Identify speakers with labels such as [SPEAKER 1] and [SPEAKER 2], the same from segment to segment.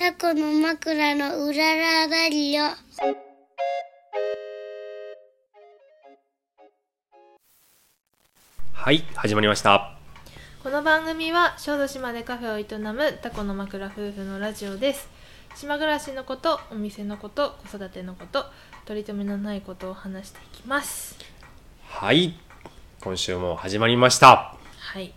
[SPEAKER 1] タコの枕のうららだりよ。
[SPEAKER 2] はい、始まりました。
[SPEAKER 3] この番組は小豆島でカフェを営むタコの枕夫婦のラジオです島暮らしのことお店のこと子育てのこと取り留めのないことを話していきます
[SPEAKER 2] はい、今週も始まりました。
[SPEAKER 3] はい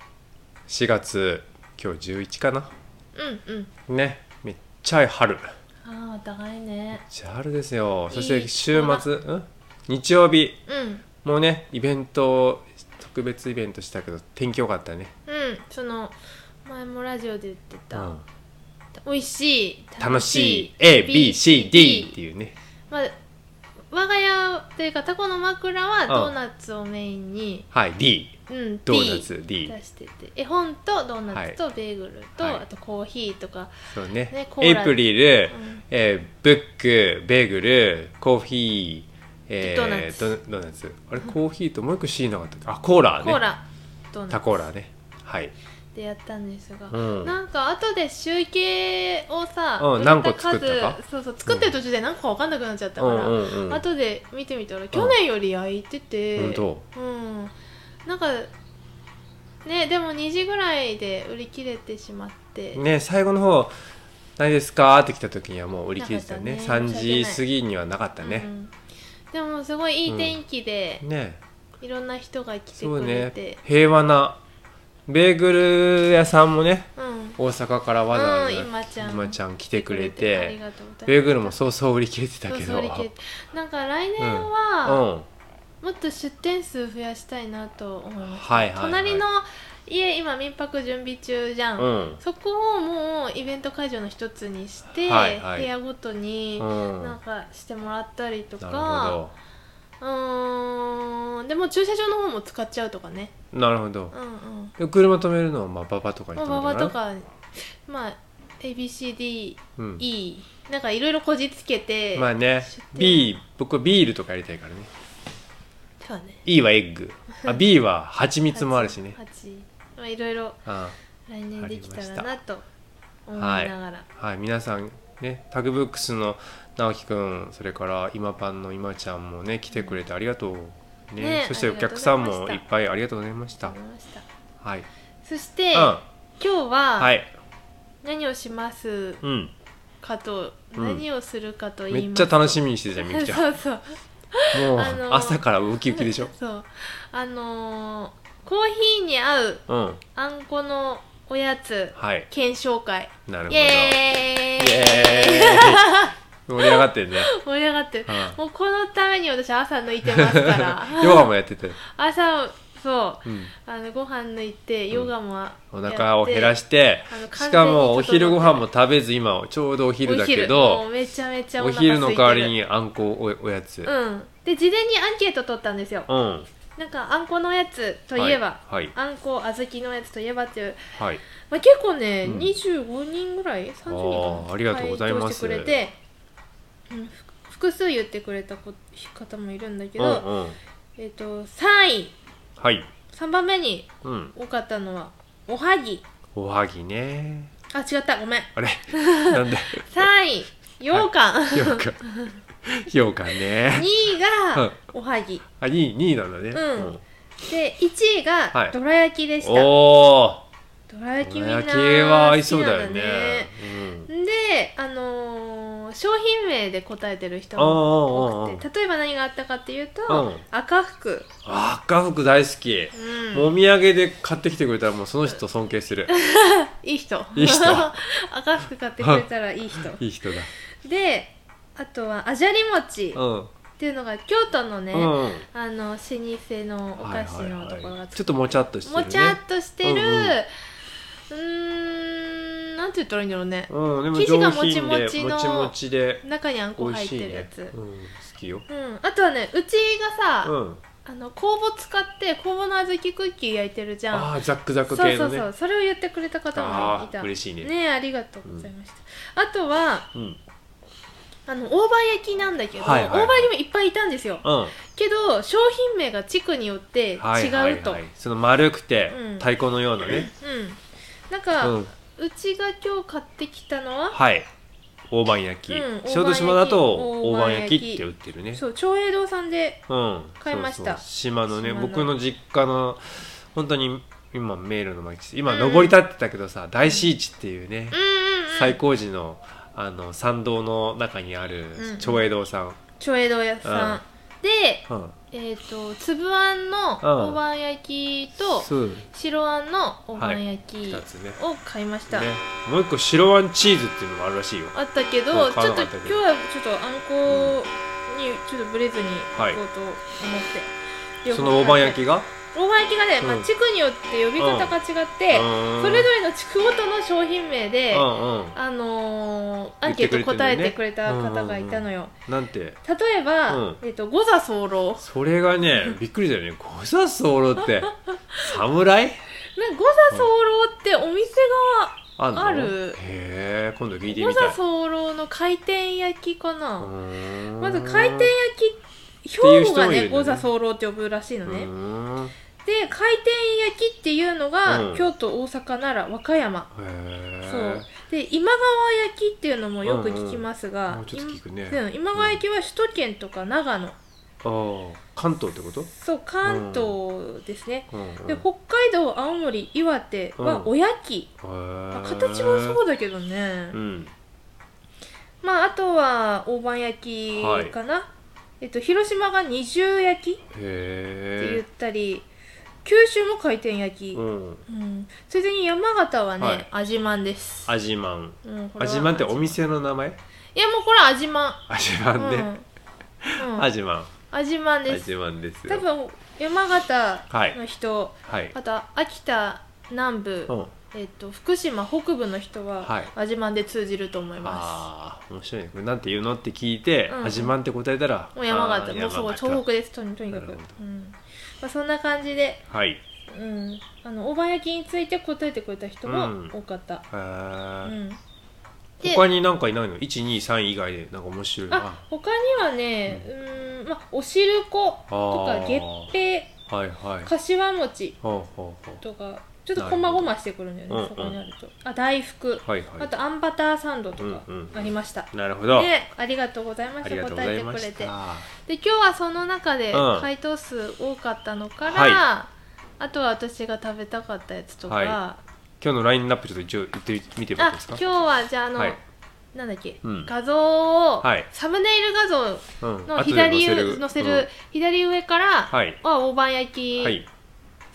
[SPEAKER 2] 4月、今日11かな
[SPEAKER 3] うんうん
[SPEAKER 2] ね、めっちゃ春。めっ
[SPEAKER 3] ああお互いね
[SPEAKER 2] ちゃ春ですよ。そし
[SPEAKER 3] い
[SPEAKER 2] て
[SPEAKER 3] い
[SPEAKER 2] 週末、うん日曜日
[SPEAKER 3] うん
[SPEAKER 2] もね、イベント、特別イベントしたけど、天気良かったね。
[SPEAKER 3] うんその前もラジオで言って
[SPEAKER 2] う
[SPEAKER 3] た、
[SPEAKER 2] ん、
[SPEAKER 3] 美味しい
[SPEAKER 2] 楽しい、A、B、C、D っていうね。
[SPEAKER 3] まあ我が家というかタコの枕はドーナツをメインに、
[SPEAKER 2] はい、D、
[SPEAKER 3] うん、
[SPEAKER 2] ド
[SPEAKER 3] D
[SPEAKER 2] ーナツ、D。
[SPEAKER 3] 出してて絵本とドーナツとベーグルと、
[SPEAKER 2] はい
[SPEAKER 3] あとコーヒーとか、
[SPEAKER 2] そうね
[SPEAKER 3] ねコ
[SPEAKER 2] エ
[SPEAKER 3] ー
[SPEAKER 2] イ
[SPEAKER 3] ラ
[SPEAKER 2] プリル、
[SPEAKER 3] うん
[SPEAKER 2] えーブックベーグルコーヒーえ
[SPEAKER 3] ドーナツ
[SPEAKER 2] ドドーナツあれコーヒーともう一個 C なかったっけあコーラね
[SPEAKER 3] コーラドーナ
[SPEAKER 2] タ
[SPEAKER 3] ツ
[SPEAKER 2] コーラねはい
[SPEAKER 3] でやったんですが、
[SPEAKER 2] うん
[SPEAKER 3] なんか後で集計をさ、
[SPEAKER 2] うん
[SPEAKER 3] 売れ
[SPEAKER 2] 何個作ったか
[SPEAKER 3] 数そうそう作ってる途中で何個か分かんなくなっちゃった
[SPEAKER 2] う
[SPEAKER 3] か
[SPEAKER 2] ん
[SPEAKER 3] ら、
[SPEAKER 2] うんうん
[SPEAKER 3] 後で見てみたら去年より焼いてて、
[SPEAKER 2] 本当
[SPEAKER 3] うんなんかねでも2時ぐらいで売り切れてしまって、
[SPEAKER 2] ね最後の方何ですかって来た時にはもう売り切れてたね
[SPEAKER 3] なかったね
[SPEAKER 2] 3時過ぎにはなかった
[SPEAKER 3] う
[SPEAKER 2] ね、
[SPEAKER 3] んでもすごいいい天気で、
[SPEAKER 2] ね
[SPEAKER 3] いろんな人が来て
[SPEAKER 2] そう
[SPEAKER 3] くれて
[SPEAKER 2] ね平和なベーグル屋さんもね
[SPEAKER 3] うん
[SPEAKER 2] 大阪からわざわざ
[SPEAKER 3] うん今ちゃん
[SPEAKER 2] 今ちゃん来てくれ
[SPEAKER 3] あり
[SPEAKER 2] て
[SPEAKER 3] がとうございます
[SPEAKER 2] ベーグルもそうそう売り切れてた
[SPEAKER 3] そう
[SPEAKER 2] け
[SPEAKER 3] そ
[SPEAKER 2] ど
[SPEAKER 3] う売り切れてなんか来年
[SPEAKER 2] う
[SPEAKER 3] は、
[SPEAKER 2] ん
[SPEAKER 3] もっと出店数増やしたいなと思います、
[SPEAKER 2] はいはいはい
[SPEAKER 3] 隣の家今民泊準備中じゃん、
[SPEAKER 2] うん
[SPEAKER 3] そこをもうイベント会場の一つにして、
[SPEAKER 2] はいはい
[SPEAKER 3] 部屋ごとに
[SPEAKER 2] うん
[SPEAKER 3] なんかしてもらったりと
[SPEAKER 2] なるほ
[SPEAKER 3] か、うーんでも駐車場の方も使っちゃうとかね
[SPEAKER 2] どなるほど
[SPEAKER 3] うんうん
[SPEAKER 2] で車止めるのはまあ馬場とかに止
[SPEAKER 3] まあ
[SPEAKER 2] める
[SPEAKER 3] 馬
[SPEAKER 2] のか
[SPEAKER 3] 場
[SPEAKER 2] な
[SPEAKER 3] とかまあ ABCDE
[SPEAKER 2] うん、
[SPEAKER 3] なんかいろいろこじつけて、
[SPEAKER 2] まあね
[SPEAKER 3] 出店
[SPEAKER 2] B 僕はビールとかやりたいからね
[SPEAKER 3] そうね
[SPEAKER 2] E はエッ グあ B は蜂蜜もあるしね
[SPEAKER 3] 8まあいろいろ
[SPEAKER 2] あ
[SPEAKER 3] 来年できた
[SPEAKER 2] ありました
[SPEAKER 3] らなと思いながら、
[SPEAKER 2] はい皆さんねタグブックスの直樹くんそれから今パンの今ちゃんもね来てくれてありがとうね
[SPEAKER 3] ね
[SPEAKER 2] そしてお客さんもいっぱいありがとうございました
[SPEAKER 3] 思いました
[SPEAKER 2] はい、
[SPEAKER 3] そして、
[SPEAKER 2] うん
[SPEAKER 3] 今日
[SPEAKER 2] は
[SPEAKER 3] はい何をします
[SPEAKER 2] うん
[SPEAKER 3] かと、
[SPEAKER 2] うん
[SPEAKER 3] 何をするかと言
[SPEAKER 2] め
[SPEAKER 3] い
[SPEAKER 2] っ
[SPEAKER 3] ま
[SPEAKER 2] ち
[SPEAKER 3] す
[SPEAKER 2] ゃ
[SPEAKER 3] と
[SPEAKER 2] 楽しみにしてたみきち ゃん
[SPEAKER 3] そうそう
[SPEAKER 2] もう
[SPEAKER 3] あのー
[SPEAKER 2] 朝からウキウキでしょ
[SPEAKER 3] そうあのーコーヒーに合う
[SPEAKER 2] うん
[SPEAKER 3] あんこのおやつ
[SPEAKER 2] はい
[SPEAKER 3] 検証会
[SPEAKER 2] なるほ
[SPEAKER 3] イ
[SPEAKER 2] ど
[SPEAKER 3] エーイ
[SPEAKER 2] イエーイ盛り上がってるね。
[SPEAKER 3] 盛り上がってる、
[SPEAKER 2] うん
[SPEAKER 3] もうこのために私朝抜いてますから
[SPEAKER 2] ヨガもやってて、
[SPEAKER 3] 朝そう
[SPEAKER 2] うん、
[SPEAKER 3] あのご飯抜いてヨガもやって、
[SPEAKER 2] お腹を減らして
[SPEAKER 3] あの完全に
[SPEAKER 2] しかもお昼ご飯も食べず今ちょうどお昼だけ
[SPEAKER 3] お昼もう
[SPEAKER 2] ど
[SPEAKER 3] めちゃめちゃ
[SPEAKER 2] お
[SPEAKER 3] お
[SPEAKER 2] 昼
[SPEAKER 3] 腹空いて
[SPEAKER 2] の
[SPEAKER 3] る
[SPEAKER 2] 代わりにあんこおおやつう
[SPEAKER 3] うんで事前にアンケート取ったんですよ
[SPEAKER 2] ん、は
[SPEAKER 3] なんかあんこのおやつといえば、
[SPEAKER 2] はいはい
[SPEAKER 3] あんこ小豆のおやつといえばっていう、
[SPEAKER 2] い
[SPEAKER 3] まあ、結構ね、
[SPEAKER 2] うん
[SPEAKER 3] 25人ぐらい30人か
[SPEAKER 2] あ
[SPEAKER 3] な
[SPEAKER 2] ーありがとうございます
[SPEAKER 3] 回答してくれて、うん、ふ複数言ってくれたこ方もいるんだけ
[SPEAKER 2] う
[SPEAKER 3] ど、
[SPEAKER 2] んうん
[SPEAKER 3] えっ、と3位
[SPEAKER 2] はい、
[SPEAKER 3] 3番目に
[SPEAKER 2] うん、
[SPEAKER 3] 多かったのはおはぎ
[SPEAKER 2] おはぎね
[SPEAKER 3] あ違ったごめん
[SPEAKER 2] あ れなんで
[SPEAKER 3] 3位
[SPEAKER 2] よ
[SPEAKER 3] 羊羹、
[SPEAKER 2] うかようかね
[SPEAKER 3] 2位
[SPEAKER 2] う
[SPEAKER 3] が
[SPEAKER 2] ん
[SPEAKER 3] おはぎ
[SPEAKER 2] あ2位2位なんだね、
[SPEAKER 3] うんで1位
[SPEAKER 2] は
[SPEAKER 3] が
[SPEAKER 2] い
[SPEAKER 3] どら焼きでした、
[SPEAKER 2] おお
[SPEAKER 3] どら焼きみんな
[SPEAKER 2] 焼
[SPEAKER 3] 好
[SPEAKER 2] き
[SPEAKER 3] き
[SPEAKER 2] は合いそう
[SPEAKER 3] なん
[SPEAKER 2] だ
[SPEAKER 3] だ
[SPEAKER 2] よね
[SPEAKER 3] ねであのー商品名で答えてる人
[SPEAKER 2] うん、
[SPEAKER 3] も
[SPEAKER 2] お
[SPEAKER 3] 多
[SPEAKER 2] ーおーおー
[SPEAKER 3] くて例えば何があったかっていうと、
[SPEAKER 2] うん
[SPEAKER 3] 赤服、
[SPEAKER 2] あ赤福大好き、
[SPEAKER 3] うん
[SPEAKER 2] もみあげで買ってきてくれたらもうその人尊敬する
[SPEAKER 3] いい人
[SPEAKER 2] いい人
[SPEAKER 3] 赤服買ってくれたらいい人
[SPEAKER 2] いい人だ
[SPEAKER 3] であとはあじゃり餅っ
[SPEAKER 2] うん、
[SPEAKER 3] ていうのが京都のね、
[SPEAKER 2] うん
[SPEAKER 3] あの老舗のお菓子のところが
[SPEAKER 2] ちょっともちゃっとしてるね
[SPEAKER 3] もちゃっとしてる
[SPEAKER 2] うんうん
[SPEAKER 3] うーんなんて言ったらいいんだろうね
[SPEAKER 2] うん、でも
[SPEAKER 3] 生地
[SPEAKER 2] 上
[SPEAKER 3] が
[SPEAKER 2] 品でも
[SPEAKER 3] もちもちの
[SPEAKER 2] ちもちで
[SPEAKER 3] 中にあんこ
[SPEAKER 2] 美
[SPEAKER 3] 入
[SPEAKER 2] 味
[SPEAKER 3] っ
[SPEAKER 2] しい
[SPEAKER 3] てるや
[SPEAKER 2] ね
[SPEAKER 3] つ
[SPEAKER 2] うん、好きよ
[SPEAKER 3] うん、あとはねうちがさ、
[SPEAKER 2] うん、
[SPEAKER 3] あの酵母使って酵母の小豆クッキー焼いてるじゃん
[SPEAKER 2] ああザックザク
[SPEAKER 3] そうそう
[SPEAKER 2] 系
[SPEAKER 3] そ
[SPEAKER 2] の
[SPEAKER 3] う、
[SPEAKER 2] ね
[SPEAKER 3] それを言ってくれた方もい
[SPEAKER 2] あ
[SPEAKER 3] た
[SPEAKER 2] ー嬉しいね
[SPEAKER 3] ねありがとうございました、あとは
[SPEAKER 2] うん、
[SPEAKER 3] あの大葉焼きなんだけど、
[SPEAKER 2] はいはいはい
[SPEAKER 3] 大葉にもいっぱいいたんですよ
[SPEAKER 2] うん、
[SPEAKER 3] けど商品名が地区によって違うと、
[SPEAKER 2] はいはいはいその丸くて、
[SPEAKER 3] うん
[SPEAKER 2] 太鼓のようなね
[SPEAKER 3] うんなんか、
[SPEAKER 2] う
[SPEAKER 3] うんちが今日買ってきたのは
[SPEAKER 2] はい大判焼き、
[SPEAKER 3] うん
[SPEAKER 2] 小豆島だと大
[SPEAKER 3] 大判
[SPEAKER 2] 判
[SPEAKER 3] 焼
[SPEAKER 2] 焼
[SPEAKER 3] き
[SPEAKER 2] きって売ってるね
[SPEAKER 3] そう長栄堂さんで
[SPEAKER 2] うん、
[SPEAKER 3] 買いまし
[SPEAKER 2] そう
[SPEAKER 3] た
[SPEAKER 2] そう島のね
[SPEAKER 3] 島の
[SPEAKER 2] 僕の実家の本当に今迷路の前です今
[SPEAKER 3] うん
[SPEAKER 2] 登り立ってたけどさ、大師市っていうね、
[SPEAKER 3] うんうんうん
[SPEAKER 2] 最高寺のあの参道の中にある
[SPEAKER 3] うん
[SPEAKER 2] 長栄堂さん、うん
[SPEAKER 3] 長栄堂屋さん、
[SPEAKER 2] うん
[SPEAKER 3] でえっ、と粒あんの大判焼きと
[SPEAKER 2] そう
[SPEAKER 3] 白あんの大判焼き
[SPEAKER 2] 2つね
[SPEAKER 3] を買いました、
[SPEAKER 2] ねもう一個白あんチーズっていうのもあるらしいよ
[SPEAKER 3] あったけど
[SPEAKER 2] うん
[SPEAKER 3] ちょ
[SPEAKER 2] 買わ
[SPEAKER 3] っ
[SPEAKER 2] な
[SPEAKER 3] と
[SPEAKER 2] かった
[SPEAKER 3] 今
[SPEAKER 2] け
[SPEAKER 3] 日
[SPEAKER 2] ど
[SPEAKER 3] はちょっとあんこにちょっとブレずに行こ
[SPEAKER 2] は
[SPEAKER 3] う
[SPEAKER 2] い
[SPEAKER 3] と思って、
[SPEAKER 2] その大判焼
[SPEAKER 3] き
[SPEAKER 2] きが
[SPEAKER 3] 大判焼きがね、まあ
[SPEAKER 2] うん
[SPEAKER 3] 地区によって呼び方が違って、そ
[SPEAKER 2] そ
[SPEAKER 3] れぞれの地区ごとの商品名で、
[SPEAKER 2] うんうん
[SPEAKER 3] あのーア
[SPEAKER 2] 言
[SPEAKER 3] ン
[SPEAKER 2] っ
[SPEAKER 3] ケ
[SPEAKER 2] てく
[SPEAKER 3] ート
[SPEAKER 2] れてるんだ
[SPEAKER 3] 答え
[SPEAKER 2] よね
[SPEAKER 3] てくれた方がいたのよ、
[SPEAKER 2] なんて
[SPEAKER 3] 例えば、
[SPEAKER 2] うん
[SPEAKER 3] えっと五座候なんか
[SPEAKER 2] それがね びっくりだよねゴザソーロって侍
[SPEAKER 3] 五座候ってお店が
[SPEAKER 2] あんの
[SPEAKER 3] ある
[SPEAKER 2] へえ今度聞いて
[SPEAKER 3] 五
[SPEAKER 2] みたい
[SPEAKER 3] 座候の回転焼きかな、ま
[SPEAKER 2] ま
[SPEAKER 3] ず回転焼き
[SPEAKER 2] いう
[SPEAKER 3] 兵庫
[SPEAKER 2] 人
[SPEAKER 3] が
[SPEAKER 2] もいる
[SPEAKER 3] ね
[SPEAKER 2] んだね
[SPEAKER 3] 五座候って呼ぶらしいのね、
[SPEAKER 2] ね
[SPEAKER 3] で回転焼きっていうのが、
[SPEAKER 2] うん
[SPEAKER 3] 京都大阪奈良和歌山
[SPEAKER 2] へ
[SPEAKER 3] そ
[SPEAKER 2] え
[SPEAKER 3] うで今川焼きっていうのもよく聞きますが、
[SPEAKER 2] もうちょっと聞くね
[SPEAKER 3] いうん今川焼きは首都圏とか長野
[SPEAKER 2] ああ関東ってこと
[SPEAKER 3] そう関東ですね、
[SPEAKER 2] うんうん
[SPEAKER 3] で北海道青森岩手は
[SPEAKER 2] うん
[SPEAKER 3] おやき、ま
[SPEAKER 2] へ
[SPEAKER 3] あ
[SPEAKER 2] え
[SPEAKER 3] 形はそうだけどね、
[SPEAKER 2] うん
[SPEAKER 3] まああとは大判焼きかな、えっと広島が二重焼きって
[SPEAKER 2] へ
[SPEAKER 3] 言
[SPEAKER 2] え
[SPEAKER 3] ったり、九州も回転焼き、
[SPEAKER 2] うん
[SPEAKER 3] うん、ついでに山形はね、
[SPEAKER 2] はい
[SPEAKER 3] 味まんです
[SPEAKER 2] アジマン
[SPEAKER 3] うんこれ
[SPEAKER 2] ア
[SPEAKER 3] は
[SPEAKER 2] ジマンってお店の名前
[SPEAKER 3] いやもうこれは味まん
[SPEAKER 2] アジマンね
[SPEAKER 3] うんうん
[SPEAKER 2] アジマン
[SPEAKER 3] 味まん
[SPEAKER 2] ア
[SPEAKER 3] です
[SPEAKER 2] ジマンですよ
[SPEAKER 3] 多分山形の人、
[SPEAKER 2] はい
[SPEAKER 3] あと秋田南部、
[SPEAKER 2] うん
[SPEAKER 3] えっと福島北部の人
[SPEAKER 2] は
[SPEAKER 3] はい味まんで通じると思いま
[SPEAKER 2] ああ面白いねこれなんて言うのって聞いて
[SPEAKER 3] うん
[SPEAKER 2] アジマンって答えたら
[SPEAKER 3] す、もう山
[SPEAKER 2] あ
[SPEAKER 3] 形
[SPEAKER 2] ー
[SPEAKER 3] もうそこ
[SPEAKER 2] 山形
[SPEAKER 3] 東北ですとにとにか
[SPEAKER 2] な
[SPEAKER 3] く、う
[SPEAKER 2] るほ
[SPEAKER 3] んまあ、そんな感じで、
[SPEAKER 2] はいへ
[SPEAKER 3] うん、あの大判焼きについて答えてくれた人も多かった、う
[SPEAKER 2] え
[SPEAKER 3] んで
[SPEAKER 2] 他になんかいないの123以外でなんか面白いの
[SPEAKER 3] あ他にはねうーんまあおしることか
[SPEAKER 2] あー
[SPEAKER 3] 月餅
[SPEAKER 2] あはいはい
[SPEAKER 3] 柏餅
[SPEAKER 2] ほうほうほう
[SPEAKER 3] とかちょっとこまごましてくるんだよね、
[SPEAKER 2] なるほ
[SPEAKER 3] そこ
[SPEAKER 2] ど
[SPEAKER 3] になるとあ大福、
[SPEAKER 2] はいはい
[SPEAKER 3] あとあんバターサンドとか
[SPEAKER 2] うんうん
[SPEAKER 3] ありました、
[SPEAKER 2] なるほど、
[SPEAKER 3] でありがとうございま
[SPEAKER 2] あ
[SPEAKER 3] し
[SPEAKER 2] り
[SPEAKER 3] た
[SPEAKER 2] がとうご
[SPEAKER 3] 答
[SPEAKER 2] ざ
[SPEAKER 3] え
[SPEAKER 2] い
[SPEAKER 3] てく
[SPEAKER 2] ま
[SPEAKER 3] れ
[SPEAKER 2] してた
[SPEAKER 3] で今日はその中で
[SPEAKER 2] うん
[SPEAKER 3] 回答数多かったのから、
[SPEAKER 2] は
[SPEAKER 3] あとは私が食べたかったやつとか、
[SPEAKER 2] はい今日のラインナップちょっと一応言ってみてもら
[SPEAKER 3] あ
[SPEAKER 2] っていいです
[SPEAKER 3] 今
[SPEAKER 2] か
[SPEAKER 3] 日はじゃああの、
[SPEAKER 2] はい
[SPEAKER 3] なんだっけ、
[SPEAKER 2] うん
[SPEAKER 3] 画像を、
[SPEAKER 2] はい
[SPEAKER 3] サムネイル画像
[SPEAKER 2] うん
[SPEAKER 3] の
[SPEAKER 2] 後で
[SPEAKER 3] 左上載せ
[SPEAKER 2] うん
[SPEAKER 3] る左上から
[SPEAKER 2] はい
[SPEAKER 3] は大判焼き、
[SPEAKER 2] はい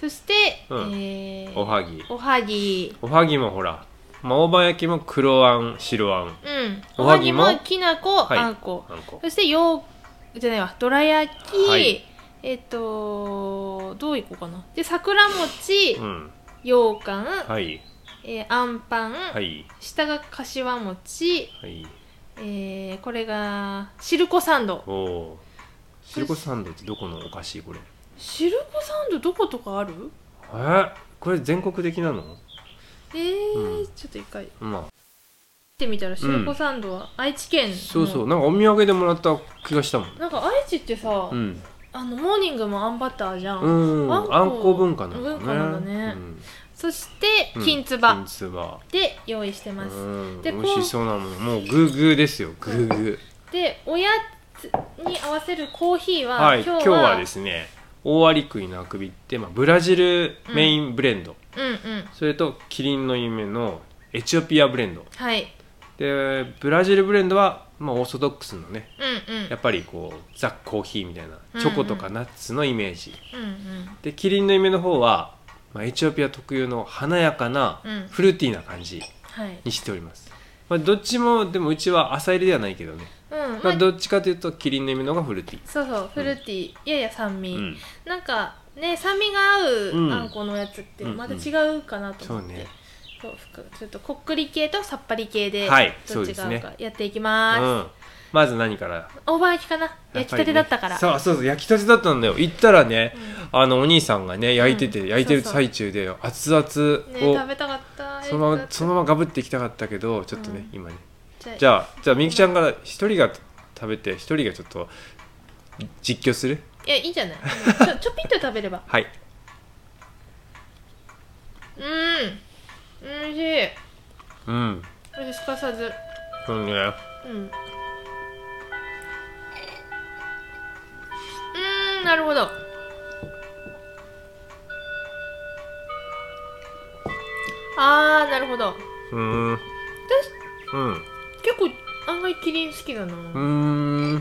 [SPEAKER 3] そして、
[SPEAKER 2] うん
[SPEAKER 3] えー
[SPEAKER 2] おはぎ
[SPEAKER 3] おはぎ
[SPEAKER 2] おはぎもほら、まあ、大判焼きも黒あん白あん
[SPEAKER 3] うんお
[SPEAKER 2] お
[SPEAKER 3] は
[SPEAKER 2] は
[SPEAKER 3] ぎ
[SPEAKER 2] ぎも
[SPEAKER 3] もきなこ、
[SPEAKER 2] はい
[SPEAKER 3] あんこ
[SPEAKER 2] あんこ
[SPEAKER 3] そしてようじゃないわどら焼き、
[SPEAKER 2] はい
[SPEAKER 3] えっとどういこうかなで桜餅
[SPEAKER 2] うん
[SPEAKER 3] 羊羹、
[SPEAKER 2] はい
[SPEAKER 3] えーあんパン、
[SPEAKER 2] はい
[SPEAKER 3] 下が柏餅、
[SPEAKER 2] はい
[SPEAKER 3] えーこれがシルコサンド
[SPEAKER 2] おおシルコサンドってどこのお菓子これ
[SPEAKER 3] シルコサンドどことかある
[SPEAKER 2] えー、これ全国的なの
[SPEAKER 3] えー
[SPEAKER 2] うん
[SPEAKER 3] ちょっと一回行っ
[SPEAKER 2] まあ
[SPEAKER 3] てみたらシルコサンドは愛知県の
[SPEAKER 2] そうそうなんかお土産でもらった気がしたもん
[SPEAKER 3] なんか愛知ってさ、
[SPEAKER 2] うん
[SPEAKER 3] あのモーニングもあんバターじゃん、
[SPEAKER 2] うん
[SPEAKER 3] あんこ
[SPEAKER 2] あんこ文化なんだね
[SPEAKER 3] 文化なんだね
[SPEAKER 2] うん
[SPEAKER 3] そして
[SPEAKER 2] うん
[SPEAKER 3] きんつば、
[SPEAKER 2] きんつば
[SPEAKER 3] で用意してます、
[SPEAKER 2] うん
[SPEAKER 3] で
[SPEAKER 2] 美
[SPEAKER 3] こう
[SPEAKER 2] 味しそうなものもうグーグーですよグーグ
[SPEAKER 3] でおやつに合わせるコーヒー
[SPEAKER 2] ー
[SPEAKER 3] は、
[SPEAKER 2] はい
[SPEAKER 3] 今
[SPEAKER 2] 今
[SPEAKER 3] 日
[SPEAKER 2] 日
[SPEAKER 3] は
[SPEAKER 2] はですねオオアリクイのあくびって、まあ、ブラジルメインブレンド、
[SPEAKER 3] うんうん
[SPEAKER 2] それとキリンの夢のエチオピアブレンド
[SPEAKER 3] はい
[SPEAKER 2] でブラジルブレンドは、まあ、オーソドックスのね
[SPEAKER 3] うんうん
[SPEAKER 2] やっぱりこうザ・コーヒーみたい
[SPEAKER 3] うん
[SPEAKER 2] なチョコとかナッツのイメージ、
[SPEAKER 3] うんうん
[SPEAKER 2] でキリンの夢の方は、まあ、エチオピア特有の華やかな
[SPEAKER 3] うん
[SPEAKER 2] フルーティーな感じ
[SPEAKER 3] はい
[SPEAKER 2] にしております、まあ、どっちもでもうちは浅入りではないけどね、
[SPEAKER 3] うん
[SPEAKER 2] ま
[SPEAKER 3] ま
[SPEAKER 2] あ、
[SPEAKER 3] あ
[SPEAKER 2] どっちかというとキリンの夢の方がフルーティ
[SPEAKER 3] そうそうフルーティー、やや酸味、
[SPEAKER 2] ー、うん、
[SPEAKER 3] なんかね酸味が合う
[SPEAKER 2] うん
[SPEAKER 3] あんこのやつって
[SPEAKER 2] うんうん
[SPEAKER 3] また違うかなと
[SPEAKER 2] そう
[SPEAKER 3] 思って、
[SPEAKER 2] ね
[SPEAKER 3] そうふくちょっとこっくり系とさっぱり系で
[SPEAKER 2] はい
[SPEAKER 3] ど
[SPEAKER 2] そ
[SPEAKER 3] っ
[SPEAKER 2] う
[SPEAKER 3] ち
[SPEAKER 2] です
[SPEAKER 3] が合
[SPEAKER 2] ね
[SPEAKER 3] うかやっていきます、
[SPEAKER 2] うん、まず何から
[SPEAKER 3] 大判焼きかな
[SPEAKER 2] やっ
[SPEAKER 3] 焼き
[SPEAKER 2] ぱ
[SPEAKER 3] た
[SPEAKER 2] り
[SPEAKER 3] て
[SPEAKER 2] ね
[SPEAKER 3] だったから、
[SPEAKER 2] そうそうそう焼きたてだったんだよ行ったらね、あのお兄さんがね焼いてて、
[SPEAKER 3] うん
[SPEAKER 2] 焼いてる
[SPEAKER 3] そうそう
[SPEAKER 2] 最中で熱々
[SPEAKER 3] ね
[SPEAKER 2] を
[SPEAKER 3] 食べたかった
[SPEAKER 2] そのままそのままガブっていきたかったけどちょっとね、
[SPEAKER 3] うん
[SPEAKER 2] 今ね
[SPEAKER 3] じゃあ
[SPEAKER 2] じゃあじゃあみゆきちゃんから一人が食べて一人がちょっと実況する
[SPEAKER 3] いやいいんじゃないうんちょちょぴっと食べれば
[SPEAKER 2] はい
[SPEAKER 3] うんおいしい
[SPEAKER 2] うん
[SPEAKER 3] これすかさず
[SPEAKER 2] そうね
[SPEAKER 3] うんうーんなるほどあーなるほど
[SPEAKER 2] うーん
[SPEAKER 3] 私
[SPEAKER 2] うん
[SPEAKER 3] 結構案外キリン好きだな、
[SPEAKER 2] うーん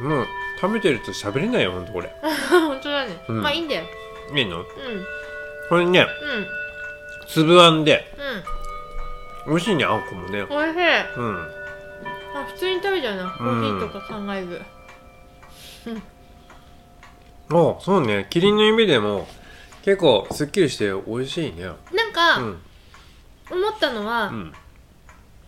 [SPEAKER 2] もう食べてると喋れないよほんとこ れ
[SPEAKER 3] 本当だね、
[SPEAKER 2] うん
[SPEAKER 3] まあいいんだよ
[SPEAKER 2] いいの
[SPEAKER 3] うんうん
[SPEAKER 2] これね粒あんで
[SPEAKER 3] う
[SPEAKER 2] 美味しいねあんこもね
[SPEAKER 3] んおいしいあ
[SPEAKER 2] うん
[SPEAKER 3] 普通に食べちゃうなコーヒーとか考える
[SPEAKER 2] あそうねキリンの指でも結構すっきりして美味しいね
[SPEAKER 3] なん
[SPEAKER 2] う
[SPEAKER 3] か
[SPEAKER 2] ん
[SPEAKER 3] 思ったのは、
[SPEAKER 2] うん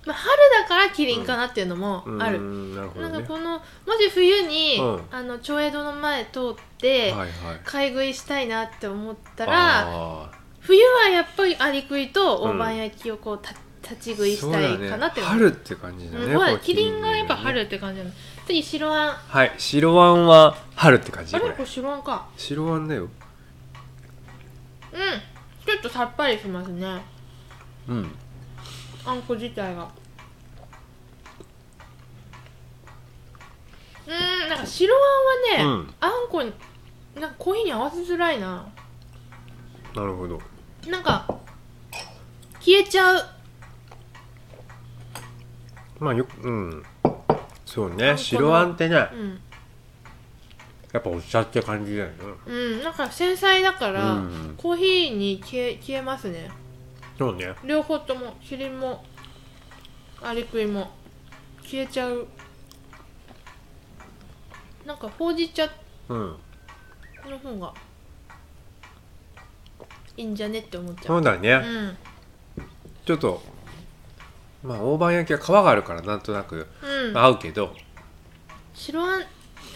[SPEAKER 3] まあ、春だからキリンかなっていうのも
[SPEAKER 2] うん
[SPEAKER 3] ある、
[SPEAKER 2] なるほど
[SPEAKER 3] なんか
[SPEAKER 2] ね
[SPEAKER 3] このもし冬に、
[SPEAKER 2] うん
[SPEAKER 3] あの長江戸の前通って、
[SPEAKER 2] はいはい
[SPEAKER 3] 買い食いしたいなって思ったら
[SPEAKER 2] あー
[SPEAKER 3] 冬はやっぱりアリクイと
[SPEAKER 2] うん
[SPEAKER 3] 大判焼きをこうた立ち食い
[SPEAKER 2] そ
[SPEAKER 3] し
[SPEAKER 2] う
[SPEAKER 3] た
[SPEAKER 2] だ
[SPEAKER 3] い
[SPEAKER 2] ね
[SPEAKER 3] かなって
[SPEAKER 2] 春って感じだ
[SPEAKER 3] うん
[SPEAKER 2] ね
[SPEAKER 3] まあ
[SPEAKER 2] こう
[SPEAKER 3] キリンがやっぱ
[SPEAKER 2] キリンの指ね
[SPEAKER 3] 春って感じなの次白あん
[SPEAKER 2] はい白あんは春って感じ
[SPEAKER 3] あ
[SPEAKER 2] こ
[SPEAKER 3] れ
[SPEAKER 2] れ
[SPEAKER 3] これ白あんか
[SPEAKER 2] 白あんだよ
[SPEAKER 3] うんちょっとさっぱりしますね
[SPEAKER 2] うん
[SPEAKER 3] あんこ自体がうーんなんか白あんはね、
[SPEAKER 2] うん
[SPEAKER 3] あんこになんかコーヒーに合わせづらいな
[SPEAKER 2] なるほど
[SPEAKER 3] なんか消えちゃう
[SPEAKER 2] まあよくうんそう
[SPEAKER 3] あんこ
[SPEAKER 2] ね
[SPEAKER 3] の
[SPEAKER 2] 白あんってねや
[SPEAKER 3] うん、
[SPEAKER 2] っぱお茶って感じだよね
[SPEAKER 3] うん、なんか繊細だから、
[SPEAKER 2] うん
[SPEAKER 3] コーヒーに消え消えますね
[SPEAKER 2] そうね
[SPEAKER 3] 両方ともキリンもアリクイも消えちゃうなんかほうじ茶
[SPEAKER 2] うん
[SPEAKER 3] の方がいいんじゃねって思っちゃ
[SPEAKER 2] そううだ
[SPEAKER 3] う
[SPEAKER 2] ね
[SPEAKER 3] ん
[SPEAKER 2] ちょっとまあ大判焼きは皮があるからなんとなく
[SPEAKER 3] うん
[SPEAKER 2] 合うけど
[SPEAKER 3] 白あん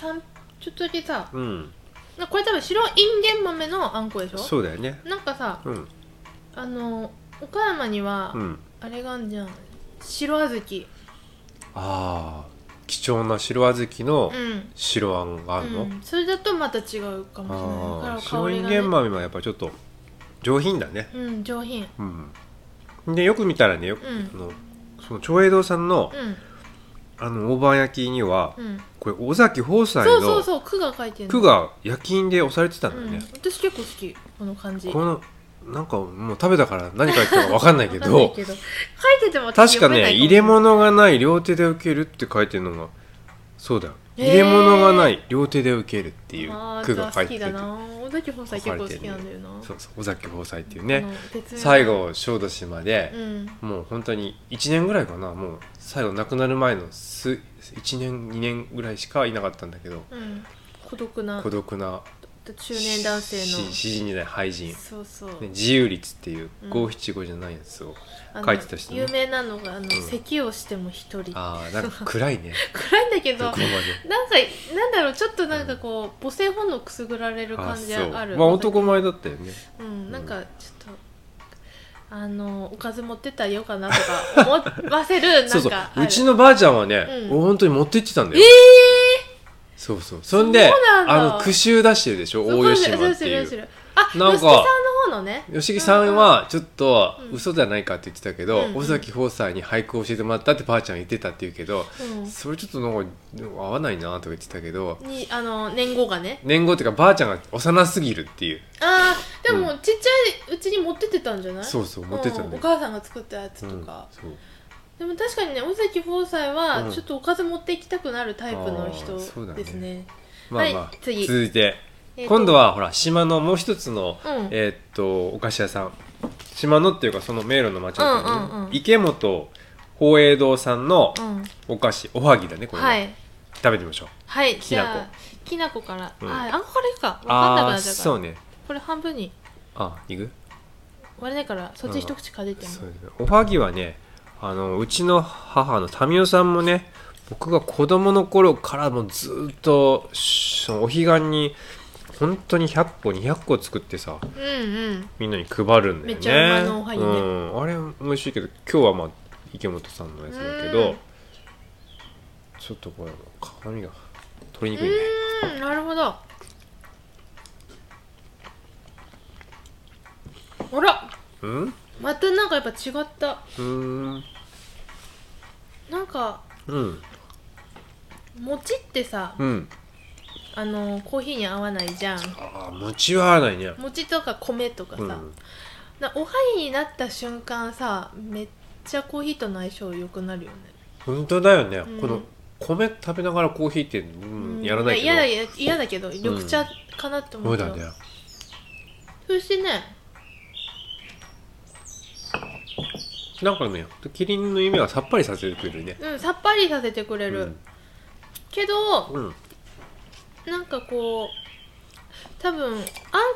[SPEAKER 3] たんちょっとだけさ
[SPEAKER 2] うん
[SPEAKER 3] なこれ多分白いんげん豆のあんこでしょ
[SPEAKER 2] そうだよね
[SPEAKER 3] なんかさ
[SPEAKER 2] うん
[SPEAKER 3] あの岡山には、
[SPEAKER 2] うん
[SPEAKER 3] あれがあんじゃん白小豆
[SPEAKER 2] ああ貴重な白小豆の
[SPEAKER 3] うん
[SPEAKER 2] 白あんがあるの、
[SPEAKER 3] うん、それだとまた違うかもしれ
[SPEAKER 2] ああ
[SPEAKER 3] ないから
[SPEAKER 2] 白
[SPEAKER 3] 香
[SPEAKER 2] い
[SPEAKER 3] り
[SPEAKER 2] ん
[SPEAKER 3] が、
[SPEAKER 2] げ
[SPEAKER 3] ね
[SPEAKER 2] ん豆もやっぱちょっと上品だね
[SPEAKER 3] うん、上品
[SPEAKER 2] うんでよく見たらねよく、
[SPEAKER 3] うん
[SPEAKER 2] あのその長栄堂さんの
[SPEAKER 3] うん
[SPEAKER 2] あの大判焼きには、
[SPEAKER 3] うん
[SPEAKER 2] これ尾崎豊斎
[SPEAKER 3] そうそう
[SPEAKER 2] の
[SPEAKER 3] そう句が書いてる
[SPEAKER 2] 句が焼き印で押されてたんだよ
[SPEAKER 3] うん、
[SPEAKER 2] ね、
[SPEAKER 3] 私結構好きこの感じ
[SPEAKER 2] このなんかもう食べたから何書いてたか分かんないけ
[SPEAKER 3] わかんな
[SPEAKER 2] ど
[SPEAKER 3] いけど書いてても私
[SPEAKER 2] 確か
[SPEAKER 3] 読めな
[SPEAKER 2] ね
[SPEAKER 3] いも
[SPEAKER 2] 入れ物がない両手で受けるって書いてるのがそうだよ
[SPEAKER 3] へ
[SPEAKER 2] 入れ
[SPEAKER 3] ー
[SPEAKER 2] 物がない両手で受けるっていう
[SPEAKER 3] あー
[SPEAKER 2] 句
[SPEAKER 3] じゃあ
[SPEAKER 2] が書い
[SPEAKER 3] 好
[SPEAKER 2] て
[SPEAKER 3] きだ
[SPEAKER 2] て
[SPEAKER 3] な尾崎本斎結構好きなんだよな
[SPEAKER 2] そうそう尾崎豊斎っていう
[SPEAKER 3] あ
[SPEAKER 2] ね
[SPEAKER 3] の絶妙な
[SPEAKER 2] 最後小豆島で
[SPEAKER 3] う、ん
[SPEAKER 2] もう本当に1年ぐらいかなもう最後亡くなる前の数1年2年ぐらいしかいなかったんだけど
[SPEAKER 3] うん孤独な
[SPEAKER 2] 孤独な
[SPEAKER 3] 中年男性の
[SPEAKER 2] し詩人じゃない俳人、
[SPEAKER 3] そうそう、
[SPEAKER 2] ね自由律っていう
[SPEAKER 3] うん
[SPEAKER 2] 五七五じゃないやつを、
[SPEAKER 3] あの
[SPEAKER 2] 書いてた人ね
[SPEAKER 3] 有名なのがあの、
[SPEAKER 2] ん
[SPEAKER 3] 咳をしても一人
[SPEAKER 2] ああなんか暗 いね
[SPEAKER 3] 暗いんだけ
[SPEAKER 2] ど
[SPEAKER 3] ど
[SPEAKER 2] こまで
[SPEAKER 3] なんかなんだろうちょっとなんかこう母性本能くすぐられる
[SPEAKER 2] あ
[SPEAKER 3] 感
[SPEAKER 2] あ
[SPEAKER 3] じあ
[SPEAKER 2] そ
[SPEAKER 3] る
[SPEAKER 2] うまあ男前だったよね
[SPEAKER 3] うんなんかちょっとあのおかず持ってったらよかなとか思わせるな んか
[SPEAKER 2] そうそう
[SPEAKER 3] ある
[SPEAKER 2] うちのばあちゃんはね、
[SPEAKER 3] うん
[SPEAKER 2] 本当に持って行ってたんだ
[SPEAKER 3] え
[SPEAKER 2] よ、
[SPEAKER 3] え
[SPEAKER 2] そうそうそんで
[SPEAKER 3] そうなんだ
[SPEAKER 2] あの句集出してるでしょ
[SPEAKER 3] ー、
[SPEAKER 2] 大吉島
[SPEAKER 3] そう
[SPEAKER 2] っ
[SPEAKER 3] す
[SPEAKER 2] て
[SPEAKER 3] る
[SPEAKER 2] い
[SPEAKER 3] そうす
[SPEAKER 2] う
[SPEAKER 3] るあ
[SPEAKER 2] なんか
[SPEAKER 3] 吉木さんの方のね
[SPEAKER 2] 吉木さんはちょっと
[SPEAKER 3] うん
[SPEAKER 2] 嘘じゃないかって言ってたけど、
[SPEAKER 3] うん
[SPEAKER 2] 尾崎豊斎に俳句を教えてもらったってばあちゃんは言ってたって言うけど、
[SPEAKER 3] うん
[SPEAKER 2] それちょっとなんか合わないなとか言ってたけど
[SPEAKER 3] にあの年号がね
[SPEAKER 2] 年号っていうかばあちゃんが幼すぎるっていう
[SPEAKER 3] あーでもちっちゃいうちに持ってってたんじゃない
[SPEAKER 2] そうそう持ってたんだよ
[SPEAKER 3] んお母さんが作ったやつ
[SPEAKER 2] うん
[SPEAKER 3] とか、
[SPEAKER 2] そう
[SPEAKER 3] でも確かにね尾崎豊斎
[SPEAKER 2] う
[SPEAKER 3] は
[SPEAKER 2] ん
[SPEAKER 3] ちょっとおかず持っていきたくなるタイプの
[SPEAKER 2] あーそう
[SPEAKER 3] 人
[SPEAKER 2] だね
[SPEAKER 3] ですね
[SPEAKER 2] まあまあ、
[SPEAKER 3] はい次
[SPEAKER 2] 続いて、
[SPEAKER 3] えーと
[SPEAKER 2] 今度はほら島のもう一つの、
[SPEAKER 3] うん
[SPEAKER 2] えーっとお菓子屋さん島のっていうかその迷路の町だったよね、
[SPEAKER 3] うんうんうん
[SPEAKER 2] 池本宝永堂さんの
[SPEAKER 3] うん
[SPEAKER 2] お菓子おはぎだねこれは、
[SPEAKER 3] はい
[SPEAKER 2] 食べてみましょう
[SPEAKER 3] はい
[SPEAKER 2] き
[SPEAKER 3] じ
[SPEAKER 2] なこ
[SPEAKER 3] ゃあきなこから、
[SPEAKER 2] うん
[SPEAKER 3] ああんこからいくかわかんなく
[SPEAKER 2] あ
[SPEAKER 3] な
[SPEAKER 2] ー
[SPEAKER 3] っちゃうから
[SPEAKER 2] そうね
[SPEAKER 3] これ半分に
[SPEAKER 2] あいく
[SPEAKER 3] 割れないからそっち一口かじっても
[SPEAKER 2] そうですねおはぎはねあのうちの母の民生さんもね僕が子供の頃からもうずーっとそのお彼岸に本当に100個200個作ってさ
[SPEAKER 3] うんうん
[SPEAKER 2] みんなに配るんだよね
[SPEAKER 3] めっちゃうまのおはぎね
[SPEAKER 2] うん、あれ美味しいけど今日はまあ池本さんのやつだけど、
[SPEAKER 3] うん
[SPEAKER 2] ちょっとこれ鏡が取りにくいね、
[SPEAKER 3] うんなるほどあら
[SPEAKER 2] うん
[SPEAKER 3] またなんかやっぱ違った
[SPEAKER 2] うん
[SPEAKER 3] なんか
[SPEAKER 2] うん
[SPEAKER 3] 餅ってさ
[SPEAKER 2] うん
[SPEAKER 3] あのコーヒーに合わないじゃん
[SPEAKER 2] ああ餅は合わないね
[SPEAKER 3] 餅とか米とかさ、
[SPEAKER 2] うん
[SPEAKER 3] なおはぎになった瞬間さめっちゃコーヒーとの相性良くなるよね
[SPEAKER 2] 本当だよね、
[SPEAKER 3] うん
[SPEAKER 2] この米食べながらコーヒーって、うん
[SPEAKER 3] うん
[SPEAKER 2] やらないけど
[SPEAKER 3] 嫌だ嫌だけど緑茶かなって思
[SPEAKER 2] そうう
[SPEAKER 3] け
[SPEAKER 2] だ
[SPEAKER 3] ど
[SPEAKER 2] ね
[SPEAKER 3] そしてね
[SPEAKER 2] なんかねキリンの夢はさっぱりさせてくれるね
[SPEAKER 3] うんさっぱりさせてくれる、けど
[SPEAKER 2] うん
[SPEAKER 3] なんかこう多分あん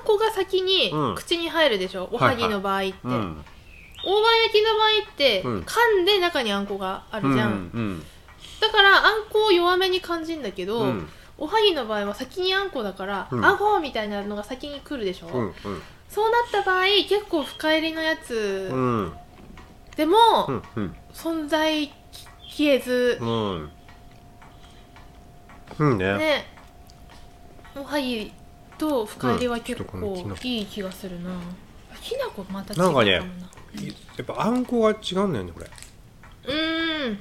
[SPEAKER 3] こが先に
[SPEAKER 2] うん
[SPEAKER 3] 口に入るでしょ、おはぎの場合って、
[SPEAKER 2] うんうん
[SPEAKER 3] 大判焼きの場合って、
[SPEAKER 2] うん
[SPEAKER 3] 噛んで中にあんこがあるじゃん、
[SPEAKER 2] うん
[SPEAKER 3] だからあんこを弱めに感じんだけ
[SPEAKER 2] う
[SPEAKER 3] ど、
[SPEAKER 2] んうん
[SPEAKER 3] おはぎの場合は先にあんこだから、
[SPEAKER 2] うん
[SPEAKER 3] あごみたいなのが先に来るでしょ、
[SPEAKER 2] うん
[SPEAKER 3] そうなった場合結構深入りのやつ
[SPEAKER 2] うん
[SPEAKER 3] でも、
[SPEAKER 2] うんうん
[SPEAKER 3] 存在き消えず、
[SPEAKER 2] うんうんね
[SPEAKER 3] ねおはぎと深入りは結
[SPEAKER 2] うんちょっとこの
[SPEAKER 3] 構
[SPEAKER 2] き
[SPEAKER 3] いい気がするな、きな粉また違う
[SPEAKER 2] なんかねや
[SPEAKER 3] も
[SPEAKER 2] っぱあんこが違うんだよねこれ
[SPEAKER 3] うーん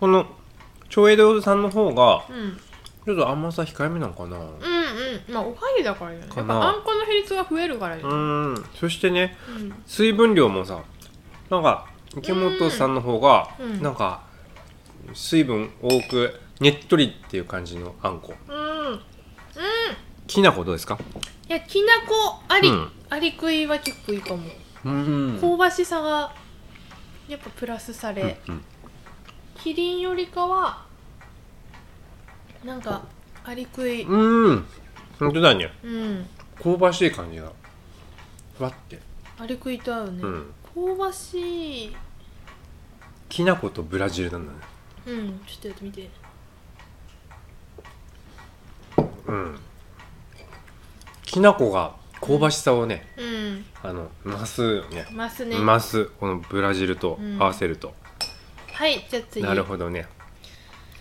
[SPEAKER 2] この長栄堂さんの方が
[SPEAKER 3] うん
[SPEAKER 2] ちょっと甘さ控えめなのかな
[SPEAKER 3] うんうんまあおはぎだからじゃない
[SPEAKER 2] か
[SPEAKER 3] やっ
[SPEAKER 2] な
[SPEAKER 3] ぱあんこの比率が増えるからじゃ
[SPEAKER 2] う
[SPEAKER 3] ない
[SPEAKER 2] んそしてね
[SPEAKER 3] うん
[SPEAKER 2] 水分量もさなんか池本さんの方が
[SPEAKER 3] うん
[SPEAKER 2] なんか水分多くねっとりっていう感じのあんこ
[SPEAKER 3] うん、うん、い
[SPEAKER 2] きな粉どうですか
[SPEAKER 3] やきなこあり、
[SPEAKER 2] うん
[SPEAKER 3] あり食いは結構いいかも、
[SPEAKER 2] うん
[SPEAKER 3] 香ばしさがやっぱプラスされ、
[SPEAKER 2] うん
[SPEAKER 3] キリンよりかはなんかあり食い
[SPEAKER 2] うん本当だね
[SPEAKER 3] うん
[SPEAKER 2] 香ばしい感じがふわって
[SPEAKER 3] あり食いと合うね、
[SPEAKER 2] うん
[SPEAKER 3] 香ばしい
[SPEAKER 2] きな粉とブラジルなんだね
[SPEAKER 3] うんちょっとやってみて
[SPEAKER 2] うんきな粉が香ばしさをね
[SPEAKER 3] うん
[SPEAKER 2] あの増すよね
[SPEAKER 3] ますね
[SPEAKER 2] 増すこのブラジルと合わせると、
[SPEAKER 3] はいじゃあ次
[SPEAKER 2] なるほどね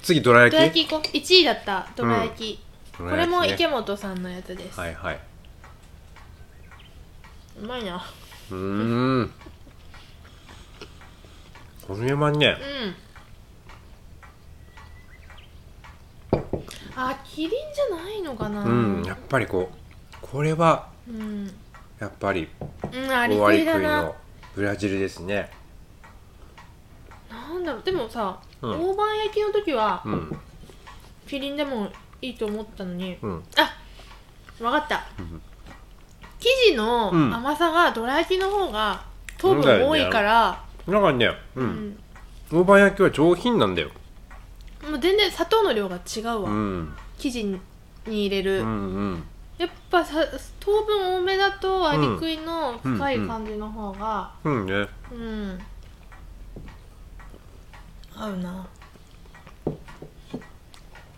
[SPEAKER 2] 次どら
[SPEAKER 3] どら
[SPEAKER 2] 焼き
[SPEAKER 3] 焼き行こう1位だったどら焼き、
[SPEAKER 2] ど
[SPEAKER 3] こ
[SPEAKER 2] ら焼き
[SPEAKER 3] れ
[SPEAKER 2] ね
[SPEAKER 3] も池本さんのやつです、
[SPEAKER 2] はいはいう
[SPEAKER 3] まいな
[SPEAKER 2] うーんこれはね
[SPEAKER 3] うんあキリンじゃないのかな
[SPEAKER 2] うんやっぱりこうこれは
[SPEAKER 3] うん、
[SPEAKER 2] やっぱり
[SPEAKER 3] うん、あり
[SPEAKER 2] 終わ
[SPEAKER 3] 食
[SPEAKER 2] り食
[SPEAKER 3] いだ
[SPEAKER 2] い
[SPEAKER 3] な
[SPEAKER 2] のブラジルですね
[SPEAKER 3] なんだろうでもさ、
[SPEAKER 2] うん
[SPEAKER 3] 大判焼きの時は
[SPEAKER 2] うん
[SPEAKER 3] キリンでもいいと思ったのに
[SPEAKER 2] うん
[SPEAKER 3] あわかった
[SPEAKER 2] うん
[SPEAKER 3] 生地の
[SPEAKER 2] うん
[SPEAKER 3] 甘さがどら焼きの方が糖分
[SPEAKER 2] そうだよね
[SPEAKER 3] 多いから、
[SPEAKER 2] なんかね、
[SPEAKER 3] う
[SPEAKER 2] うん、大判焼きは上品なんだよ、
[SPEAKER 3] んもう全然砂糖の量が違うわ、
[SPEAKER 2] うん、
[SPEAKER 3] 生地に入れる、
[SPEAKER 2] うんうん
[SPEAKER 3] やっぱさ糖分多めだとアリクイの深い
[SPEAKER 2] うん
[SPEAKER 3] 感じの方が
[SPEAKER 2] うんね
[SPEAKER 3] うん、合うな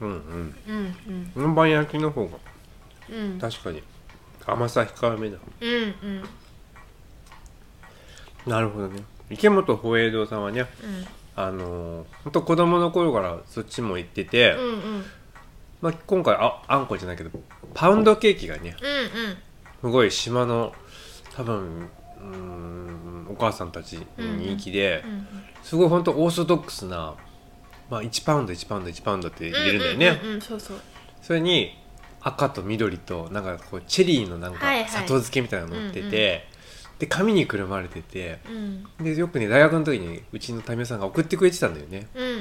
[SPEAKER 2] うんうん
[SPEAKER 3] うんうん
[SPEAKER 2] 大判焼きの方が
[SPEAKER 3] うん
[SPEAKER 2] 確かに甘さ控えめだ
[SPEAKER 3] うんうん
[SPEAKER 2] なるほどね池本宝永堂さんはねあのー、ほんと子供の頃からそっちも行ってて、
[SPEAKER 3] うんうんうん
[SPEAKER 2] まあ、今回ああんこじゃないけどパウンドケーキがね
[SPEAKER 3] うん
[SPEAKER 2] すごい島の多分うーんお母さんたちに人気で、
[SPEAKER 3] うん
[SPEAKER 2] すごい本当オーソドックスな、まあ、1パウンド1パウンド1パウンドって入れるんだよね、
[SPEAKER 3] うんうんうん、そうそう
[SPEAKER 2] それに赤と緑となんかこうチェリーのなんか
[SPEAKER 3] はいはい
[SPEAKER 2] 砂糖漬けみたいなの乗ってて、で紙にくるまれてて
[SPEAKER 3] うん
[SPEAKER 2] でよくね大学の時にうちの民生さんが送ってくれてたんだよね
[SPEAKER 3] うんう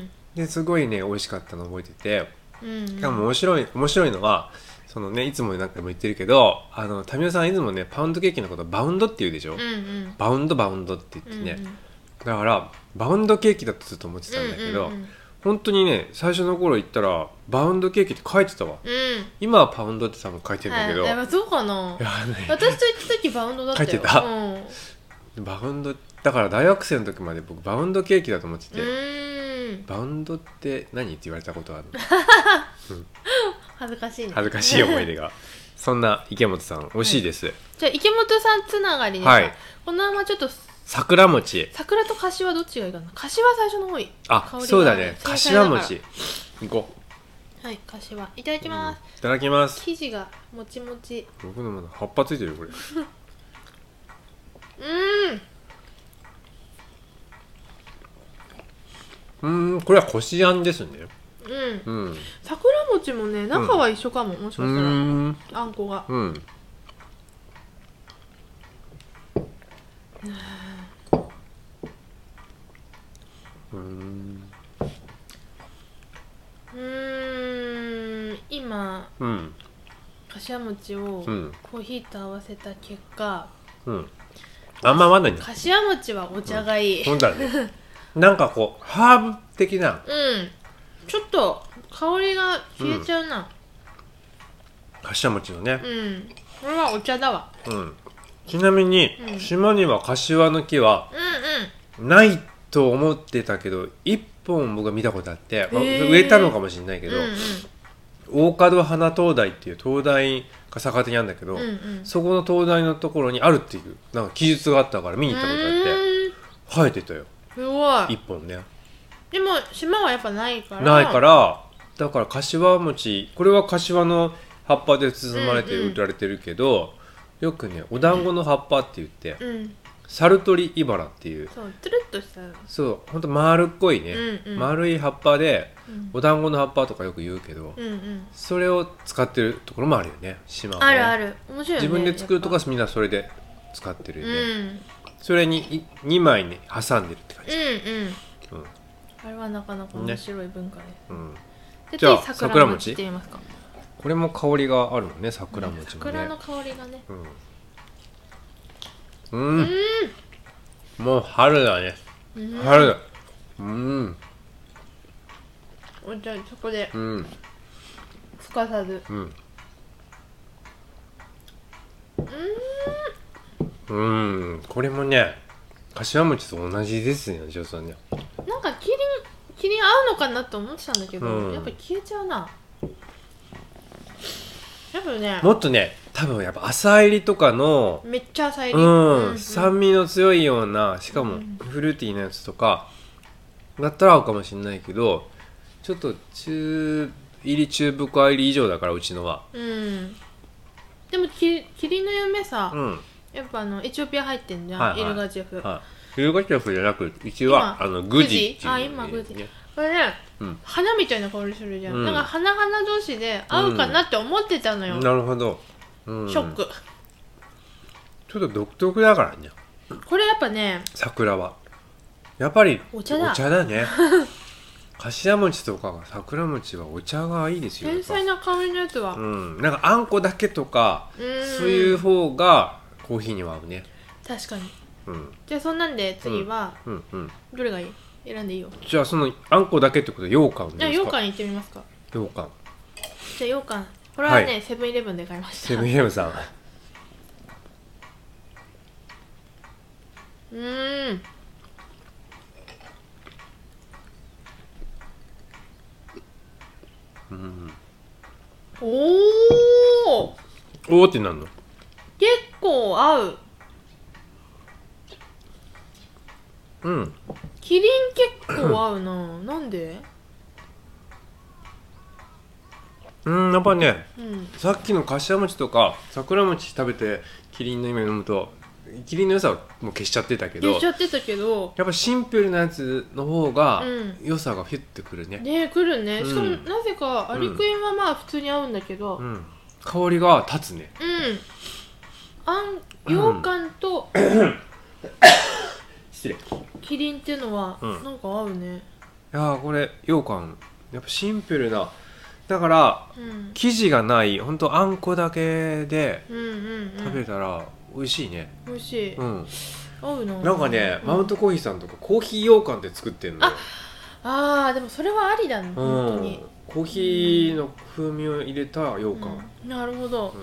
[SPEAKER 3] ん
[SPEAKER 2] ですごいね美味しかったの覚えてて
[SPEAKER 3] うんうん
[SPEAKER 2] しかも面白い面白いのはそのねいつもなんかも言ってるけどあの民生さんいつもねパウンドケーキのことバウンドって言うでしょ、
[SPEAKER 3] うんうん
[SPEAKER 2] バウンドバウンドって言ってね、
[SPEAKER 3] うんうん
[SPEAKER 2] だからバウンドケーキだとずっと思ってたんだけど、
[SPEAKER 3] うんうんうん
[SPEAKER 2] 本当にね最初の頃行ったらバウンドケーキって書いてたわ
[SPEAKER 3] うん
[SPEAKER 2] 今はパウンドって多分書いてんだけど、
[SPEAKER 3] はい、やっぱそうかない
[SPEAKER 2] やね
[SPEAKER 3] 私と行った時バウンドだったよ
[SPEAKER 2] 書いてた
[SPEAKER 3] うん、う
[SPEAKER 2] バウンドだから大学生の時まで僕バウンドケーキだと思ってて、
[SPEAKER 3] ーん
[SPEAKER 2] バウンドって何って言われたことある
[SPEAKER 3] 恥ずかしいね
[SPEAKER 2] 恥ずかしい思い出 がそんな池本さん惜しいです、
[SPEAKER 3] じゃあ池本さんつながりでさ、
[SPEAKER 2] はい
[SPEAKER 3] このままちょっと
[SPEAKER 2] 桜餅
[SPEAKER 3] 桜と柏どっちがいいかな柏は最初の方いい
[SPEAKER 2] あ
[SPEAKER 3] 香りが
[SPEAKER 2] そうだね
[SPEAKER 3] 繊細だ
[SPEAKER 2] 柏
[SPEAKER 3] から
[SPEAKER 2] 餅行こう
[SPEAKER 3] はい柏いただきます、
[SPEAKER 2] いただきます
[SPEAKER 3] 生地がもちもち
[SPEAKER 2] 僕のまだ葉っぱついてるよこれ
[SPEAKER 3] うん
[SPEAKER 2] うーんこれはこしあんですね
[SPEAKER 3] うん
[SPEAKER 2] うんう
[SPEAKER 3] 桜餅もね中は一緒かも、もしか
[SPEAKER 2] ー
[SPEAKER 3] したら
[SPEAKER 2] ん
[SPEAKER 3] あんこが
[SPEAKER 2] うんうーん
[SPEAKER 3] うーん今
[SPEAKER 2] うん
[SPEAKER 3] かしわ餅を
[SPEAKER 2] うん
[SPEAKER 3] コーヒーと合わせた結果、
[SPEAKER 2] うんあんま合わないんだ
[SPEAKER 3] かしわ餅はお茶がいい、うん
[SPEAKER 2] ほんだらねなんかこうハーブ的な
[SPEAKER 3] ちょっと香りが消えちゃうな
[SPEAKER 2] 柏餅のね
[SPEAKER 3] うん、これはお茶だわ
[SPEAKER 2] うんちなみに
[SPEAKER 3] うん
[SPEAKER 2] 島には柏の木は
[SPEAKER 3] うんう
[SPEAKER 2] ないと思ってたけど一本僕が見たことあって、まあ
[SPEAKER 3] へー
[SPEAKER 2] 植えたのかもしれないけど、
[SPEAKER 3] んうん
[SPEAKER 2] 大門花灯台っていう灯台が坂手にあるんだけど、
[SPEAKER 3] うんうんうん
[SPEAKER 2] そこの灯台のところにあるっていうなんか記述があったから見に行ったことあって
[SPEAKER 3] うーん
[SPEAKER 2] 生えてたよ
[SPEAKER 3] すご
[SPEAKER 2] 一
[SPEAKER 3] い
[SPEAKER 2] 本ね
[SPEAKER 3] でも島はやっぱないから
[SPEAKER 2] ないからだから柏餅これは柏の葉っぱで包まれて
[SPEAKER 3] うんうん
[SPEAKER 2] 売られてるけど、よくねお団子の葉っぱって言って、
[SPEAKER 3] うん
[SPEAKER 2] サルトリイバラっていう
[SPEAKER 3] そうつるっとした
[SPEAKER 2] そうほんと丸っこいね、
[SPEAKER 3] うんうん
[SPEAKER 2] 丸い葉っぱで
[SPEAKER 3] うん
[SPEAKER 2] お団子の葉っぱとかよく言うけど、
[SPEAKER 3] うんうん
[SPEAKER 2] それを使ってるところもあるよね島はね
[SPEAKER 3] あるある面白いよね
[SPEAKER 2] 自分で作ると
[SPEAKER 3] や
[SPEAKER 2] か
[SPEAKER 3] っ
[SPEAKER 2] みんなそれで使ってる
[SPEAKER 3] ぱ
[SPEAKER 2] よ
[SPEAKER 3] う
[SPEAKER 2] ね、
[SPEAKER 3] ん
[SPEAKER 2] それに2枚ね挟んでるって感じ、
[SPEAKER 3] うんうん
[SPEAKER 2] うん
[SPEAKER 3] あれはなかなか面白い文化です、
[SPEAKER 2] うん
[SPEAKER 3] で
[SPEAKER 2] じゃあ
[SPEAKER 3] 次
[SPEAKER 2] 桜
[SPEAKER 3] 桜
[SPEAKER 2] 餅
[SPEAKER 3] 餅って言いますか
[SPEAKER 2] これも香りがあるのね桜餅もね
[SPEAKER 3] 桜の香りがね
[SPEAKER 2] うん、うんもう春だね
[SPEAKER 3] うん
[SPEAKER 2] 春だうん
[SPEAKER 3] じゃあそこで
[SPEAKER 2] うん
[SPEAKER 3] すかさず
[SPEAKER 2] うんうんこれもね柏餅と同じですねジョーさんね
[SPEAKER 3] なんかキリンキリン合うのかなと思ってたんだけど、
[SPEAKER 2] うん
[SPEAKER 3] やっぱ消えちゃうなやっぱね
[SPEAKER 2] もっとね多分やっぱ朝入りとかの
[SPEAKER 3] めっちゃ浅いり
[SPEAKER 2] うん、
[SPEAKER 3] さ
[SPEAKER 2] 酸味の強いようなしか
[SPEAKER 3] う
[SPEAKER 2] も
[SPEAKER 3] ん
[SPEAKER 2] フルーティーなやつとかだったら合うかもしれないけどちょっと中入り中深入り以上だからうちのは
[SPEAKER 3] うんでもキリキリンの夢さ、
[SPEAKER 2] うん
[SPEAKER 3] やっぱあのエチオピア入ってんじゃん、
[SPEAKER 2] はいはい
[SPEAKER 3] イルガジェフ、
[SPEAKER 2] はいルガチョフじゃなくうちは
[SPEAKER 3] 今
[SPEAKER 2] あのグジっていうの
[SPEAKER 3] あ
[SPEAKER 2] ね
[SPEAKER 3] 今グジこれね、
[SPEAKER 2] うん
[SPEAKER 3] 花みたいな香りするじゃん、
[SPEAKER 2] うん
[SPEAKER 3] なんか花々同士で合うかなって思ってたのよ、
[SPEAKER 2] なるほど、うん、
[SPEAKER 3] ショック
[SPEAKER 2] ちょっと独特だからね
[SPEAKER 3] これやっぱね
[SPEAKER 2] 桜はやっぱり
[SPEAKER 3] お茶だ
[SPEAKER 2] ね柏餅とか桜餅はお茶がいいですよやっ
[SPEAKER 3] 繊
[SPEAKER 2] ぱ
[SPEAKER 3] 細な香りのやつは、
[SPEAKER 2] うん、なんかあんこだけとか
[SPEAKER 3] う
[SPEAKER 2] そうんいう方がコーヒーには合うね
[SPEAKER 3] 確かに
[SPEAKER 2] うん
[SPEAKER 3] じゃあそんなんで次は
[SPEAKER 2] うんうん
[SPEAKER 3] どれがいい選んでいいよ
[SPEAKER 2] じゃあそのあんこだけってことで羊羹を
[SPEAKER 3] じゃあ
[SPEAKER 2] ね
[SPEAKER 3] 羊羹行ってみますか
[SPEAKER 2] 羊羹
[SPEAKER 3] じゃあ羊羹これはね、
[SPEAKER 2] はい
[SPEAKER 3] セブンイレブンで買いました
[SPEAKER 2] セブンイレブンさん
[SPEAKER 3] うーん
[SPEAKER 2] うん
[SPEAKER 3] おお
[SPEAKER 2] おーってなんの
[SPEAKER 3] 結構合う
[SPEAKER 2] うん
[SPEAKER 3] キリン結構合うななんで
[SPEAKER 2] うんやっぱね
[SPEAKER 3] うん
[SPEAKER 2] さっきの柏餅とか桜餅食べてキリンの夢飲むとキリンの良さはもう消しちゃってたけど
[SPEAKER 3] 言っち
[SPEAKER 2] や
[SPEAKER 3] ゃってたけど
[SPEAKER 2] っぱシンプルなやつの方が
[SPEAKER 3] うん
[SPEAKER 2] 良さがフィュッてくるね、
[SPEAKER 3] ねえ来るねしかも
[SPEAKER 2] うん
[SPEAKER 3] なぜかアリクイはまあ普通に合うんだけど
[SPEAKER 2] うん香りが立つね
[SPEAKER 3] うんあん羊羹と
[SPEAKER 2] 失礼
[SPEAKER 3] キリンっていうのは
[SPEAKER 2] うん
[SPEAKER 3] なんか合うね
[SPEAKER 2] いやーこれ羊羹やっぱシンプルなだから
[SPEAKER 3] うん
[SPEAKER 2] 生地がないほんとあんこだけで
[SPEAKER 3] うんうんう
[SPEAKER 2] 食べ
[SPEAKER 3] ん
[SPEAKER 2] たら美味しいね
[SPEAKER 3] 美味しい
[SPEAKER 2] うん、
[SPEAKER 3] 合うな
[SPEAKER 2] なんかね、
[SPEAKER 3] う
[SPEAKER 2] マウントコーヒーさんとかコーヒー羊羹って作ってんのよ
[SPEAKER 3] ああでもそれはありだね本当に
[SPEAKER 2] コーヒーの風味を入れた羊羹
[SPEAKER 3] うんなるほど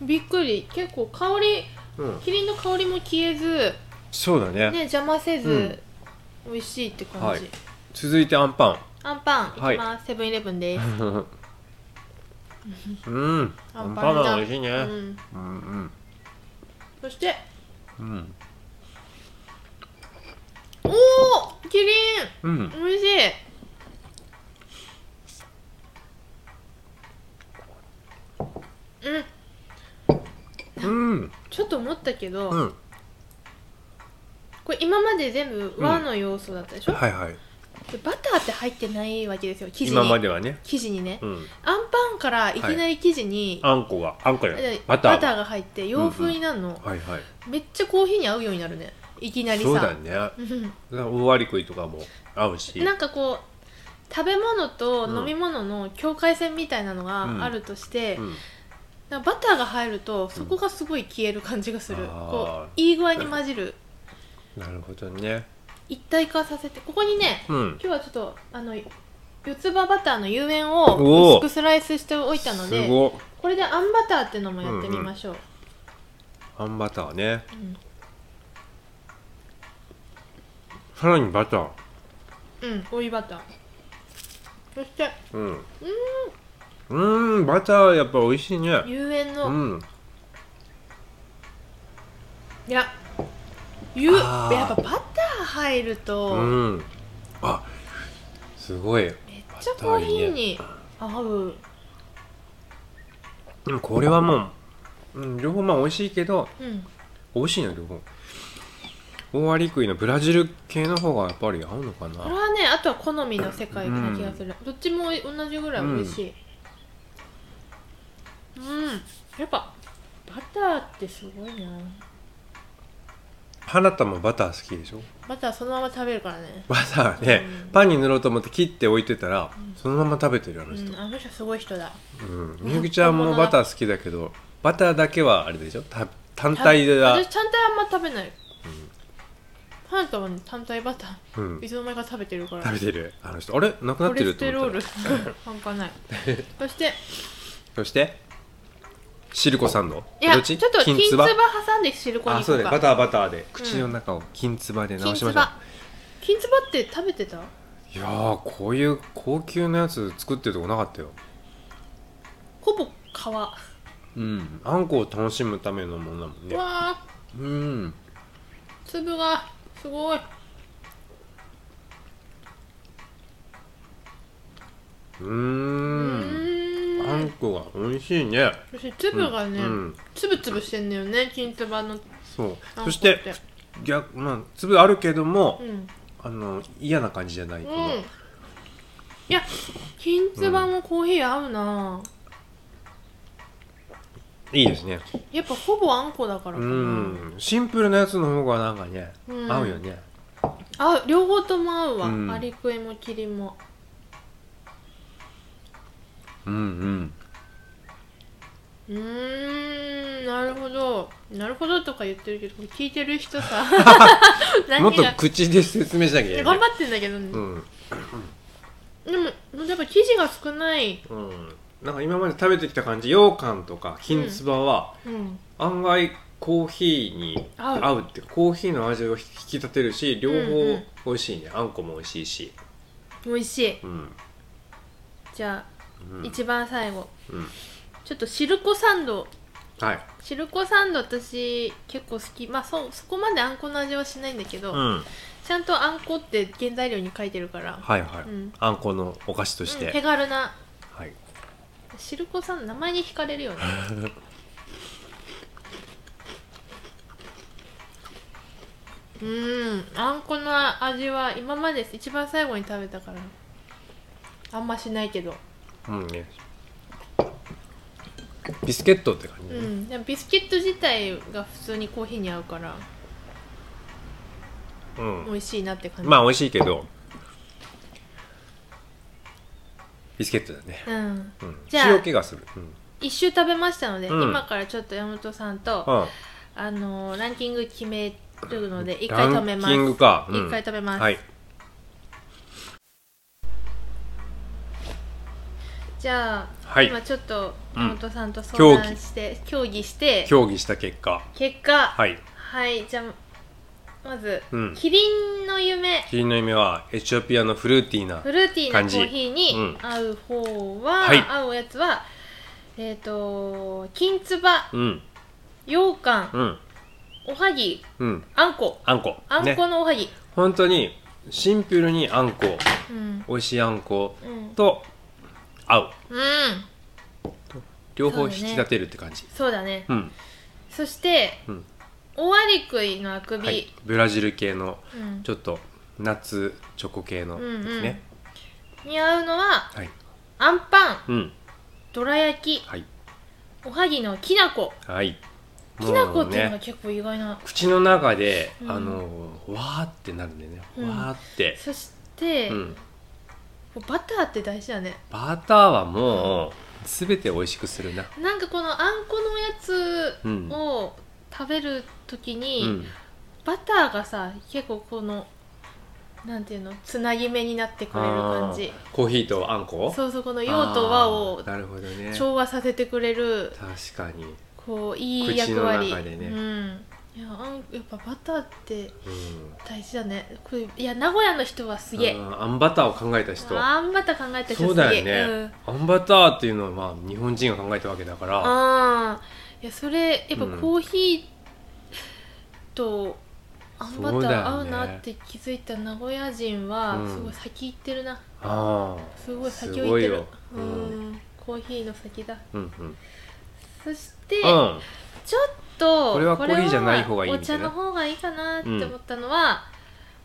[SPEAKER 2] うん、
[SPEAKER 3] びっくり結構香り
[SPEAKER 2] うん
[SPEAKER 3] キリンの香りも消えず
[SPEAKER 2] そうだね
[SPEAKER 3] ね邪魔せず、
[SPEAKER 2] うん
[SPEAKER 3] 美味しいって感じ、
[SPEAKER 2] はい続いてアンパ
[SPEAKER 3] アンパンいき
[SPEAKER 2] はい
[SPEAKER 3] ます、セブンイレブンです
[SPEAKER 2] ンうんアンパン
[SPEAKER 3] だ
[SPEAKER 2] マン美味しいね
[SPEAKER 3] う
[SPEAKER 2] うん
[SPEAKER 3] ん、
[SPEAKER 2] うん
[SPEAKER 3] そして
[SPEAKER 2] うん
[SPEAKER 3] おおキリ
[SPEAKER 2] うん
[SPEAKER 3] ン美味しいうん
[SPEAKER 2] うん
[SPEAKER 3] ちょっと思ったけど、
[SPEAKER 2] うん
[SPEAKER 3] これ今まで全部和の要素だったでしょ、
[SPEAKER 2] はいはい
[SPEAKER 3] でバターって入ってないわけですよ生地に
[SPEAKER 2] 今まではね、
[SPEAKER 3] 生地にね、
[SPEAKER 2] うん、
[SPEAKER 3] あんパンからいきなり生地に、
[SPEAKER 2] あんこがあんこや
[SPEAKER 3] で
[SPEAKER 2] バ
[SPEAKER 3] バ
[SPEAKER 2] タ
[SPEAKER 3] タ
[SPEAKER 2] ー
[SPEAKER 3] ーが入って洋風になるの、
[SPEAKER 2] はいはい
[SPEAKER 3] めっちゃコーヒーに合うようになるねいきなりさ
[SPEAKER 2] そうだねだから大割り食いとかも合うし
[SPEAKER 3] うん なんかこう食べ物と
[SPEAKER 2] うん
[SPEAKER 3] 飲み物の境界線みたいなの
[SPEAKER 2] うん
[SPEAKER 3] があるとして、
[SPEAKER 2] うん
[SPEAKER 3] なんかバターが入るとそこがすごい消える感じがする、
[SPEAKER 2] うんあー
[SPEAKER 3] こういい具合に混じる
[SPEAKER 2] なるほどね
[SPEAKER 3] 一体化させてここにね
[SPEAKER 2] うん
[SPEAKER 3] 今日はちょっとあの四つ葉バターの有塩を
[SPEAKER 2] おー
[SPEAKER 3] 薄くスライスしておいたの
[SPEAKER 2] す
[SPEAKER 3] で
[SPEAKER 2] ごっ
[SPEAKER 3] これであんバターってのもやってみましょう、
[SPEAKER 2] あんバターね
[SPEAKER 3] うん
[SPEAKER 2] さらにバター
[SPEAKER 3] うん、追いバターそして
[SPEAKER 2] うんうんんバターやっぱ美味しいね
[SPEAKER 3] 有塩の、
[SPEAKER 2] うん
[SPEAKER 3] いやゆやっ
[SPEAKER 2] あー
[SPEAKER 3] ぱバター入ると、
[SPEAKER 2] うんあすごい
[SPEAKER 3] めっちゃコーヒーに合う、
[SPEAKER 2] うんこれはもう、うん、両方まあ美味しいけど
[SPEAKER 3] うん
[SPEAKER 2] 美味しいな両方大割り食いのブラジル系の方がやっぱり合うのか
[SPEAKER 3] これ
[SPEAKER 2] な
[SPEAKER 3] はねあとは好みの世界な気がする、どっちも同じぐらい美味しいうん、やっぱバターってすごいな
[SPEAKER 2] 花田もバター好きでしょ
[SPEAKER 3] バターそのまま食べるからね
[SPEAKER 2] バターね、
[SPEAKER 3] うん
[SPEAKER 2] パンに塗ろうと思って切って置いてたら、
[SPEAKER 3] うん
[SPEAKER 2] そのまま食べてるあ
[SPEAKER 3] う
[SPEAKER 2] の人
[SPEAKER 3] ん、あの人すごい人だ
[SPEAKER 2] うんみゆきちゃんもバター好きだけどバターだけはあれでしょた単体でだ
[SPEAKER 3] 私単体あんま食べない、パンとはね単体バター
[SPEAKER 2] うん
[SPEAKER 3] いつの間にか食べてるから
[SPEAKER 2] 食べてるあの人あれなくなっ
[SPEAKER 3] コ
[SPEAKER 2] て
[SPEAKER 3] レ
[SPEAKER 2] る
[SPEAKER 3] ス
[SPEAKER 2] と
[SPEAKER 3] テ
[SPEAKER 2] 思
[SPEAKER 3] ロ
[SPEAKER 2] っ
[SPEAKER 3] ール
[SPEAKER 2] たら
[SPEAKER 3] 半端 ないそして
[SPEAKER 2] そしてシルコサンド
[SPEAKER 3] いや
[SPEAKER 2] ど
[SPEAKER 3] ちょっと金つば挟んで汁粉に
[SPEAKER 2] あ
[SPEAKER 3] 行こ
[SPEAKER 2] そう
[SPEAKER 3] う
[SPEAKER 2] だね
[SPEAKER 3] か
[SPEAKER 2] バターバターで口の中を金つばで
[SPEAKER 3] 金
[SPEAKER 2] 直し
[SPEAKER 3] つ
[SPEAKER 2] ましょう
[SPEAKER 3] ば金つばって食べてた
[SPEAKER 2] いやーこういう高級なやつ作ってるとこなかったよ
[SPEAKER 3] ほぼ皮わ
[SPEAKER 2] うんあんこを楽しむためのものだもんね
[SPEAKER 3] あ
[SPEAKER 2] うん
[SPEAKER 3] 粒がすごい
[SPEAKER 2] う
[SPEAKER 3] う
[SPEAKER 2] ーん
[SPEAKER 3] ー
[SPEAKER 2] あん
[SPEAKER 3] ん
[SPEAKER 2] こが美味しいね
[SPEAKER 3] そして粒がね、
[SPEAKER 2] うん
[SPEAKER 3] つぶつぶしてんだよね金つばの
[SPEAKER 2] そう
[SPEAKER 3] あんこって
[SPEAKER 2] そして逆まあ粒あるけども
[SPEAKER 3] うん、うん、
[SPEAKER 2] あの嫌な感じじゃないこの
[SPEAKER 3] いや金つばもコーヒー合うな、
[SPEAKER 2] いいですね
[SPEAKER 3] やっぱほぼあんこだからか
[SPEAKER 2] う
[SPEAKER 3] な、
[SPEAKER 2] んシンプルなやつの方がなんかね
[SPEAKER 3] うん
[SPEAKER 2] 合うよね
[SPEAKER 3] あ両方とも合うわ、
[SPEAKER 2] うん
[SPEAKER 3] アリクエもキリンも
[SPEAKER 2] うんうん
[SPEAKER 3] うーんなるほどなるほどとか言ってるけどこれ聞いてる 人さ
[SPEAKER 2] も
[SPEAKER 3] 何
[SPEAKER 2] っと
[SPEAKER 3] が
[SPEAKER 2] 口で説明しなきゃいけない
[SPEAKER 3] 頑張ってんだけど、ね
[SPEAKER 2] うん
[SPEAKER 3] でもやっぱ生地が少ない、
[SPEAKER 2] うんなんか今まで食べてきた感じ羊羹とか金つばは
[SPEAKER 3] うん、
[SPEAKER 2] 案外コーヒーに
[SPEAKER 3] 合う
[SPEAKER 2] 合うっていうかコーヒーの味を引き立てるし両
[SPEAKER 3] うんう
[SPEAKER 2] 方
[SPEAKER 3] ん
[SPEAKER 2] 美味しいねあんこも美味しいし
[SPEAKER 3] 美味しい
[SPEAKER 2] うん
[SPEAKER 3] じゃ
[SPEAKER 2] う
[SPEAKER 3] あ、
[SPEAKER 2] ん
[SPEAKER 3] 一番最後
[SPEAKER 2] うん
[SPEAKER 3] ちょっとシルコサンド
[SPEAKER 2] はい
[SPEAKER 3] シルコサンド私結構好きまあそそこまであんこの味はしないんだけど、
[SPEAKER 2] うん
[SPEAKER 3] ちゃんとあんこって原材料に書いてるから、
[SPEAKER 2] はいはい
[SPEAKER 3] うん
[SPEAKER 2] あんこのお菓子とし
[SPEAKER 3] うん手
[SPEAKER 2] て
[SPEAKER 3] 軽な
[SPEAKER 2] はい
[SPEAKER 3] シルコサンド名前に惹かれる よねうーんあんこの味は今まで一番最後に食べたからあんましないけど
[SPEAKER 2] うんねビスケットって感じ
[SPEAKER 3] う
[SPEAKER 2] だね
[SPEAKER 3] んでもビスケット自体が普通にコーヒーに合うから
[SPEAKER 2] うん
[SPEAKER 3] 美味しいなって感じ
[SPEAKER 2] まあ美味しいけどビスケットだね
[SPEAKER 3] うん
[SPEAKER 2] うん
[SPEAKER 3] じゃあ
[SPEAKER 2] 塩気がするうん
[SPEAKER 3] 一周食べましたので、
[SPEAKER 2] うん
[SPEAKER 3] 今からちょっと山本さんと、
[SPEAKER 2] あ
[SPEAKER 3] あのーランキング決めるので一
[SPEAKER 2] ラ
[SPEAKER 3] 回止め
[SPEAKER 2] ン
[SPEAKER 3] ま
[SPEAKER 2] キ
[SPEAKER 3] す
[SPEAKER 2] ン
[SPEAKER 3] 一、
[SPEAKER 2] グかうん
[SPEAKER 3] 回止めます、
[SPEAKER 2] はい
[SPEAKER 3] じゃあ、
[SPEAKER 2] はい
[SPEAKER 3] 今ちょっと
[SPEAKER 2] うん
[SPEAKER 3] 山本さんと相
[SPEAKER 2] 協
[SPEAKER 3] 談
[SPEAKER 2] 議
[SPEAKER 3] して、協議して
[SPEAKER 2] 協議した結果
[SPEAKER 3] 結果はい、
[SPEAKER 2] はい
[SPEAKER 3] じゃあまず、
[SPEAKER 2] うん
[SPEAKER 3] キリンの夢
[SPEAKER 2] キリンの夢はエチオピアのフルーティーな
[SPEAKER 3] フルーティーなコ
[SPEAKER 2] 感じ
[SPEAKER 3] ーヒー
[SPEAKER 2] う
[SPEAKER 3] に
[SPEAKER 2] ん
[SPEAKER 3] 合う方は、
[SPEAKER 2] はい
[SPEAKER 3] 合うやつはえっ、と金つば
[SPEAKER 2] うん
[SPEAKER 3] 羊羹、
[SPEAKER 2] うん
[SPEAKER 3] おはぎ
[SPEAKER 2] うん
[SPEAKER 3] あんこ
[SPEAKER 2] あんこ
[SPEAKER 3] あんこ
[SPEAKER 2] ね
[SPEAKER 3] のおはぎ、
[SPEAKER 2] 本当にシンプルにあんこ
[SPEAKER 3] うん
[SPEAKER 2] 美味しいあんこ
[SPEAKER 3] うん、
[SPEAKER 2] と合う
[SPEAKER 3] うん、
[SPEAKER 2] 両方引き立てるって感じ
[SPEAKER 3] そうだね
[SPEAKER 2] うん
[SPEAKER 3] そして
[SPEAKER 2] うん
[SPEAKER 3] オワリクイのあくび、
[SPEAKER 2] はいブラジル系の
[SPEAKER 3] うん
[SPEAKER 2] ちょっとナッツチョコ系のですね、
[SPEAKER 3] 似合うのは
[SPEAKER 2] はい
[SPEAKER 3] あんパン
[SPEAKER 2] うん
[SPEAKER 3] どら焼き
[SPEAKER 2] はい
[SPEAKER 3] おはぎのきなこ
[SPEAKER 2] はい
[SPEAKER 3] きなこ
[SPEAKER 2] も
[SPEAKER 3] っ
[SPEAKER 2] う
[SPEAKER 3] ていうのが
[SPEAKER 2] ね
[SPEAKER 3] 結構意外な
[SPEAKER 2] 口の中で、
[SPEAKER 3] うん
[SPEAKER 2] あのわーってなるんでね、
[SPEAKER 3] うん
[SPEAKER 2] わーって、
[SPEAKER 3] そして、
[SPEAKER 2] うん、
[SPEAKER 3] バターって大事だね
[SPEAKER 2] バターはもう全て美味しくするな
[SPEAKER 3] なんかこのあんこのやつ
[SPEAKER 2] うん
[SPEAKER 3] を食べる時に、
[SPEAKER 2] うん
[SPEAKER 3] バターがさ結構このなんていうのつなぎ目になってくれる感じ
[SPEAKER 2] あーコーヒーとあんこ
[SPEAKER 3] そうそうこの「陽と和」
[SPEAKER 2] あ
[SPEAKER 3] を
[SPEAKER 2] ーなるほどね
[SPEAKER 3] 調和させてくれる
[SPEAKER 2] 確かに、
[SPEAKER 3] こういい役
[SPEAKER 2] 口
[SPEAKER 3] 割
[SPEAKER 2] の中でね
[SPEAKER 3] うんいやあんやっぱバターっ
[SPEAKER 2] う
[SPEAKER 3] て
[SPEAKER 2] ん、
[SPEAKER 3] 大事だねこれいや名古屋の人はすげえ
[SPEAKER 2] あーあんバターを考えた人
[SPEAKER 3] あんバター考えた人すげえ
[SPEAKER 2] そうだよね、
[SPEAKER 3] うん
[SPEAKER 2] あんバターっていうのはまあ日本人が考えたわけだから
[SPEAKER 3] あーいやそれやっぱ
[SPEAKER 2] うん
[SPEAKER 3] コーヒーとあんバタ
[SPEAKER 2] そうだよ
[SPEAKER 3] ー
[SPEAKER 2] ね
[SPEAKER 3] 合うなって気づいた名古屋人は
[SPEAKER 2] うん
[SPEAKER 3] すごい先行ってるな、
[SPEAKER 2] あー
[SPEAKER 3] すごい先を行って
[SPEAKER 2] すごい
[SPEAKER 3] る
[SPEAKER 2] よ、
[SPEAKER 3] う
[SPEAKER 2] うん
[SPEAKER 3] んコーヒーの先だ
[SPEAKER 2] うんうん
[SPEAKER 3] そして、
[SPEAKER 2] うん
[SPEAKER 3] ちょっと
[SPEAKER 2] これはコーヒーじゃない方がいい
[SPEAKER 3] こ
[SPEAKER 2] み
[SPEAKER 3] れはお
[SPEAKER 2] た
[SPEAKER 3] 茶
[SPEAKER 2] いな
[SPEAKER 3] の方がいいかなって思ったのは、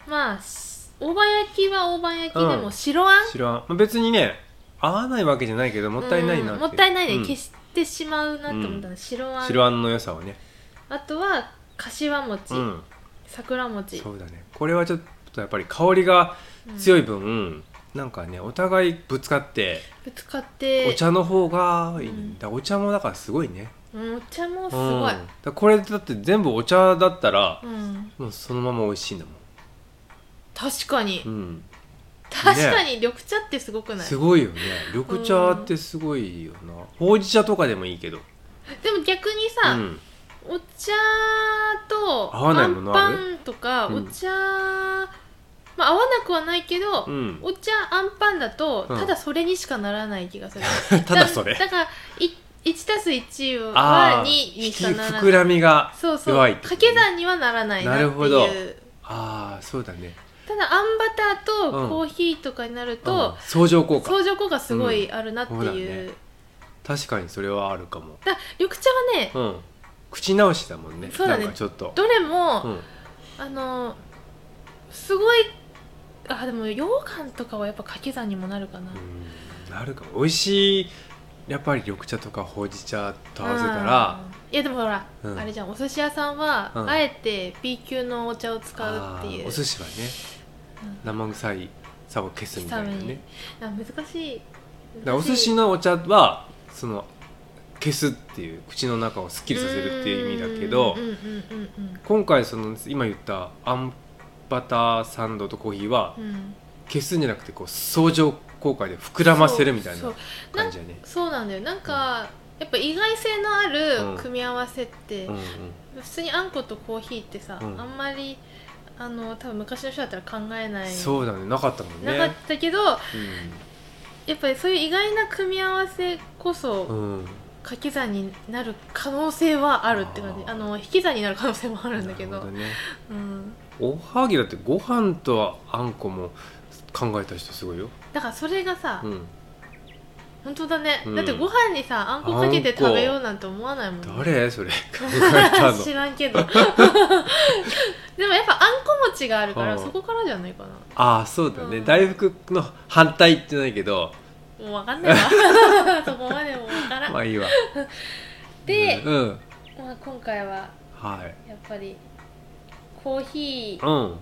[SPEAKER 3] まあし大葉焼きは大葉焼きで
[SPEAKER 2] う
[SPEAKER 3] も
[SPEAKER 2] ん
[SPEAKER 3] 白あん、
[SPEAKER 2] 知らんまあ別にね合わないわけじゃないけどもったいないなって、
[SPEAKER 3] うんもったいないね、
[SPEAKER 2] うん
[SPEAKER 3] 消してしまうなって思ったの、白あん
[SPEAKER 2] 白あんの良さはね
[SPEAKER 3] あとは柏餅、
[SPEAKER 2] うん
[SPEAKER 3] 桜餅
[SPEAKER 2] そうだねこれはちょっとやっぱり香りが強い
[SPEAKER 3] い、
[SPEAKER 2] 分、なんかねお互いぶつかって
[SPEAKER 3] ぶつかって
[SPEAKER 2] お茶の方がいい、
[SPEAKER 3] うん
[SPEAKER 2] だお茶もだからすごいね
[SPEAKER 3] うんお茶もす
[SPEAKER 2] うん
[SPEAKER 3] ご
[SPEAKER 2] だ
[SPEAKER 3] い
[SPEAKER 2] からこれだって全部お茶だったら、
[SPEAKER 3] うん、
[SPEAKER 2] もうそのまま美味しいんだも
[SPEAKER 3] 確かに、
[SPEAKER 2] ん、うん、
[SPEAKER 3] 確かに緑茶ってすごくない、
[SPEAKER 2] すごいよね緑茶ってすごいよな、ほうじ茶とかでもいいけど、
[SPEAKER 3] でも逆に
[SPEAKER 2] う
[SPEAKER 3] さ、
[SPEAKER 2] ん、
[SPEAKER 3] お茶と
[SPEAKER 2] 合わな
[SPEAKER 3] あ
[SPEAKER 2] いも
[SPEAKER 3] ん
[SPEAKER 2] のあ
[SPEAKER 3] パ
[SPEAKER 2] る
[SPEAKER 3] ンとか
[SPEAKER 2] う
[SPEAKER 3] お
[SPEAKER 2] ん
[SPEAKER 3] 茶、まあ合わなくはないけど、
[SPEAKER 2] うん
[SPEAKER 3] お茶あんパンだと
[SPEAKER 2] うん
[SPEAKER 3] ただそれにしかならない気がする、
[SPEAKER 2] ただそれ
[SPEAKER 3] だからい1たす1
[SPEAKER 2] あ
[SPEAKER 3] は
[SPEAKER 2] あ
[SPEAKER 3] 2に
[SPEAKER 2] 引
[SPEAKER 3] し
[SPEAKER 2] き
[SPEAKER 3] かなら
[SPEAKER 2] 膨
[SPEAKER 3] ない
[SPEAKER 2] らみが
[SPEAKER 3] そうそう
[SPEAKER 2] 弱いってことね
[SPEAKER 3] 掛け算にはならないなって
[SPEAKER 2] なるほど
[SPEAKER 3] いう
[SPEAKER 2] ああそうだね
[SPEAKER 3] ただあんバター
[SPEAKER 2] う
[SPEAKER 3] と
[SPEAKER 2] ん
[SPEAKER 3] コーヒーとかになる
[SPEAKER 2] う
[SPEAKER 3] と
[SPEAKER 2] ん、相乗効果
[SPEAKER 3] 相乗効果すごいあるなっていう,、
[SPEAKER 2] うん
[SPEAKER 3] だ
[SPEAKER 2] そうだね確かにそれはあるかも
[SPEAKER 3] から緑茶はね
[SPEAKER 2] うん口直しだもんね
[SPEAKER 3] そうだね
[SPEAKER 2] なんかちょっと
[SPEAKER 3] どれも、
[SPEAKER 2] うん、
[SPEAKER 3] あのすごいあでも羊羹とかはやっぱ掛け算にもなるかな、
[SPEAKER 2] うんなるかも美味しいやっぱり緑茶とかほうじ茶と合わせたら
[SPEAKER 3] うんいやでもほら、
[SPEAKER 2] うん
[SPEAKER 3] あれじゃんお寿司屋さんは、
[SPEAKER 2] うん
[SPEAKER 3] あえて B 級のお茶を使う
[SPEAKER 2] あ
[SPEAKER 3] ってい
[SPEAKER 2] ー
[SPEAKER 3] う
[SPEAKER 2] お寿司はね生臭いさを消すみたいな
[SPEAKER 3] 臭み
[SPEAKER 2] ね
[SPEAKER 3] あ難しい
[SPEAKER 2] だからお寿司
[SPEAKER 3] の
[SPEAKER 2] のお茶はその消すっていう口の中をすっきりさせるっていう意味だけど
[SPEAKER 3] うんうんうん
[SPEAKER 2] 今回その今言ったあんバターサンドとコーヒーは
[SPEAKER 3] うんうん
[SPEAKER 2] 消すんじゃなくてこう相乗効果で膨らませるみたい
[SPEAKER 3] そ
[SPEAKER 2] な
[SPEAKER 3] うそう
[SPEAKER 2] 感じだね。
[SPEAKER 3] そうなんだよなんか、やっぱ意外性のあ
[SPEAKER 2] うん
[SPEAKER 3] る組み合わせって、
[SPEAKER 2] うんうん
[SPEAKER 3] 普通にあんことコーヒーってさ、
[SPEAKER 2] うん
[SPEAKER 3] あんまりあの多分昔の人だったら考えない
[SPEAKER 2] そうだねなかったもんね。
[SPEAKER 3] なかったけど、やっぱりそういう意外な組み合わせこ
[SPEAKER 2] う
[SPEAKER 3] そ
[SPEAKER 2] んうん
[SPEAKER 3] 掛け算になる可能性はあるって感じ
[SPEAKER 2] あー
[SPEAKER 3] あの引き算になる可能性もあるんだけど
[SPEAKER 2] なるほどね
[SPEAKER 3] うん、
[SPEAKER 2] おはぎだってご飯とあんこも考えた人すごいよ。
[SPEAKER 3] だからそれがさ、
[SPEAKER 2] うん、
[SPEAKER 3] 本当だね、
[SPEAKER 2] うん
[SPEAKER 3] だってご飯にさあんこかけて食べようなんて思わないもんね
[SPEAKER 2] 誰 それ考えたの
[SPEAKER 3] 知らん けどでもやっぱあんこ餅があるから
[SPEAKER 2] うん
[SPEAKER 3] そこからじゃないかな
[SPEAKER 2] ああそうだね、
[SPEAKER 3] うん
[SPEAKER 2] 大福の反対ってないけど
[SPEAKER 3] もう分かんない わそこまでも分からん、
[SPEAKER 2] まあいいわ。
[SPEAKER 3] で、
[SPEAKER 2] うん、うん
[SPEAKER 3] まあ、今回は
[SPEAKER 2] はい
[SPEAKER 3] やっぱりコーヒ
[SPEAKER 2] うん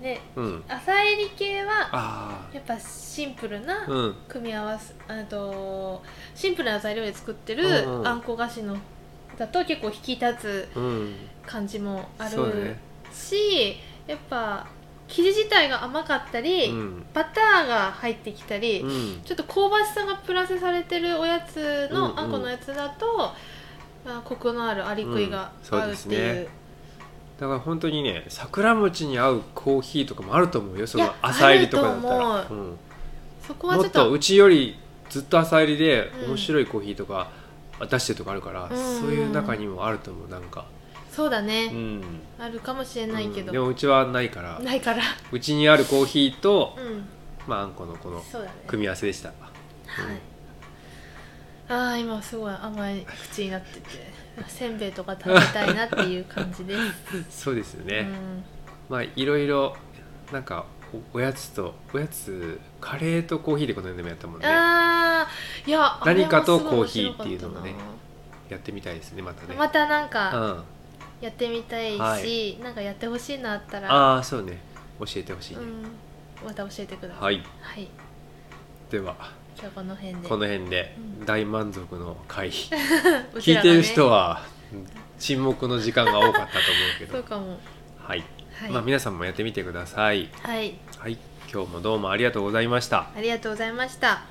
[SPEAKER 3] ーね
[SPEAKER 2] うん
[SPEAKER 3] 朝入り系は
[SPEAKER 2] あ
[SPEAKER 3] やっぱシンプルな
[SPEAKER 2] あうん
[SPEAKER 3] 組み合わせ、あとシンプルな材料で作って
[SPEAKER 2] うんう
[SPEAKER 3] る
[SPEAKER 2] ん
[SPEAKER 3] あんこ菓子のだと結構引き立つ
[SPEAKER 2] うん
[SPEAKER 3] 感じもあ
[SPEAKER 2] そうだ
[SPEAKER 3] る
[SPEAKER 2] ね。
[SPEAKER 3] し、やっぱ生地自体が甘かったり、
[SPEAKER 2] うん
[SPEAKER 3] バターが入ってきたり、
[SPEAKER 2] うん
[SPEAKER 3] ちょっと香ばしさがプラスされてるおやつ
[SPEAKER 2] うんうん
[SPEAKER 3] のあんこのやつだと、まあコクのあるアリクイが
[SPEAKER 2] うんそう
[SPEAKER 3] 合う
[SPEAKER 2] で
[SPEAKER 3] っ
[SPEAKER 2] す
[SPEAKER 3] て
[SPEAKER 2] ね
[SPEAKER 3] いう,、
[SPEAKER 2] だから本当にね桜餅に合うコーヒーとかもあると思うよそ
[SPEAKER 3] い
[SPEAKER 2] の
[SPEAKER 3] や
[SPEAKER 2] 朝入りとかだった
[SPEAKER 3] あ
[SPEAKER 2] ら
[SPEAKER 3] る、と
[SPEAKER 2] うん
[SPEAKER 3] そこは
[SPEAKER 2] も
[SPEAKER 3] ちょ
[SPEAKER 2] っ
[SPEAKER 3] っと
[SPEAKER 2] とうちよりずっと朝入りで
[SPEAKER 3] うん
[SPEAKER 2] 面白いコーヒーとか出してるとかあるから、
[SPEAKER 3] うん
[SPEAKER 2] そういう中にもあると思うなんか、
[SPEAKER 3] そうだね、
[SPEAKER 2] うん
[SPEAKER 3] あるかもしれないけ
[SPEAKER 2] うんで
[SPEAKER 3] ど、
[SPEAKER 2] もうちはないから
[SPEAKER 3] ないから
[SPEAKER 2] うちにあるコーヒーと、
[SPEAKER 3] うん
[SPEAKER 2] まあ、あんこのこの
[SPEAKER 3] そうだね
[SPEAKER 2] 組み合わせでした、
[SPEAKER 3] はいああ今すごい甘い口になっててせんべいとか食べたいなっていう感じです、
[SPEAKER 2] うんそうですよ
[SPEAKER 3] う
[SPEAKER 2] ね、
[SPEAKER 3] ん
[SPEAKER 2] まあいろいろなんかおおやつとおやつカレーとコーヒーでこの間もやったもんねや
[SPEAKER 3] あーいや
[SPEAKER 2] 何かと
[SPEAKER 3] あれはすご
[SPEAKER 2] コーヒーっていうのもね
[SPEAKER 3] 面白か
[SPEAKER 2] っ
[SPEAKER 3] っ
[SPEAKER 2] てみたいですねまた
[SPEAKER 3] た
[SPEAKER 2] ね、
[SPEAKER 3] なまたなん
[SPEAKER 2] う
[SPEAKER 3] か
[SPEAKER 2] ん、
[SPEAKER 3] やってみたいし、
[SPEAKER 2] は
[SPEAKER 3] なんかやってほしいのあったら、
[SPEAKER 2] ああそうね教えてほしいね、
[SPEAKER 3] うん、また教えてください
[SPEAKER 2] はい
[SPEAKER 3] はい、
[SPEAKER 2] では
[SPEAKER 3] 今日この辺で
[SPEAKER 2] この辺で
[SPEAKER 3] うん
[SPEAKER 2] 大満足の回、
[SPEAKER 3] うち
[SPEAKER 2] 聞い
[SPEAKER 3] らがね
[SPEAKER 2] てる人はうん沈黙の時間が多かったと思うけど
[SPEAKER 3] そうかも
[SPEAKER 2] はい、
[SPEAKER 3] はい、
[SPEAKER 2] まあ皆さんもやってみてください
[SPEAKER 3] はい、
[SPEAKER 2] はい今日もどうもありがとうございました
[SPEAKER 3] ありがとうございました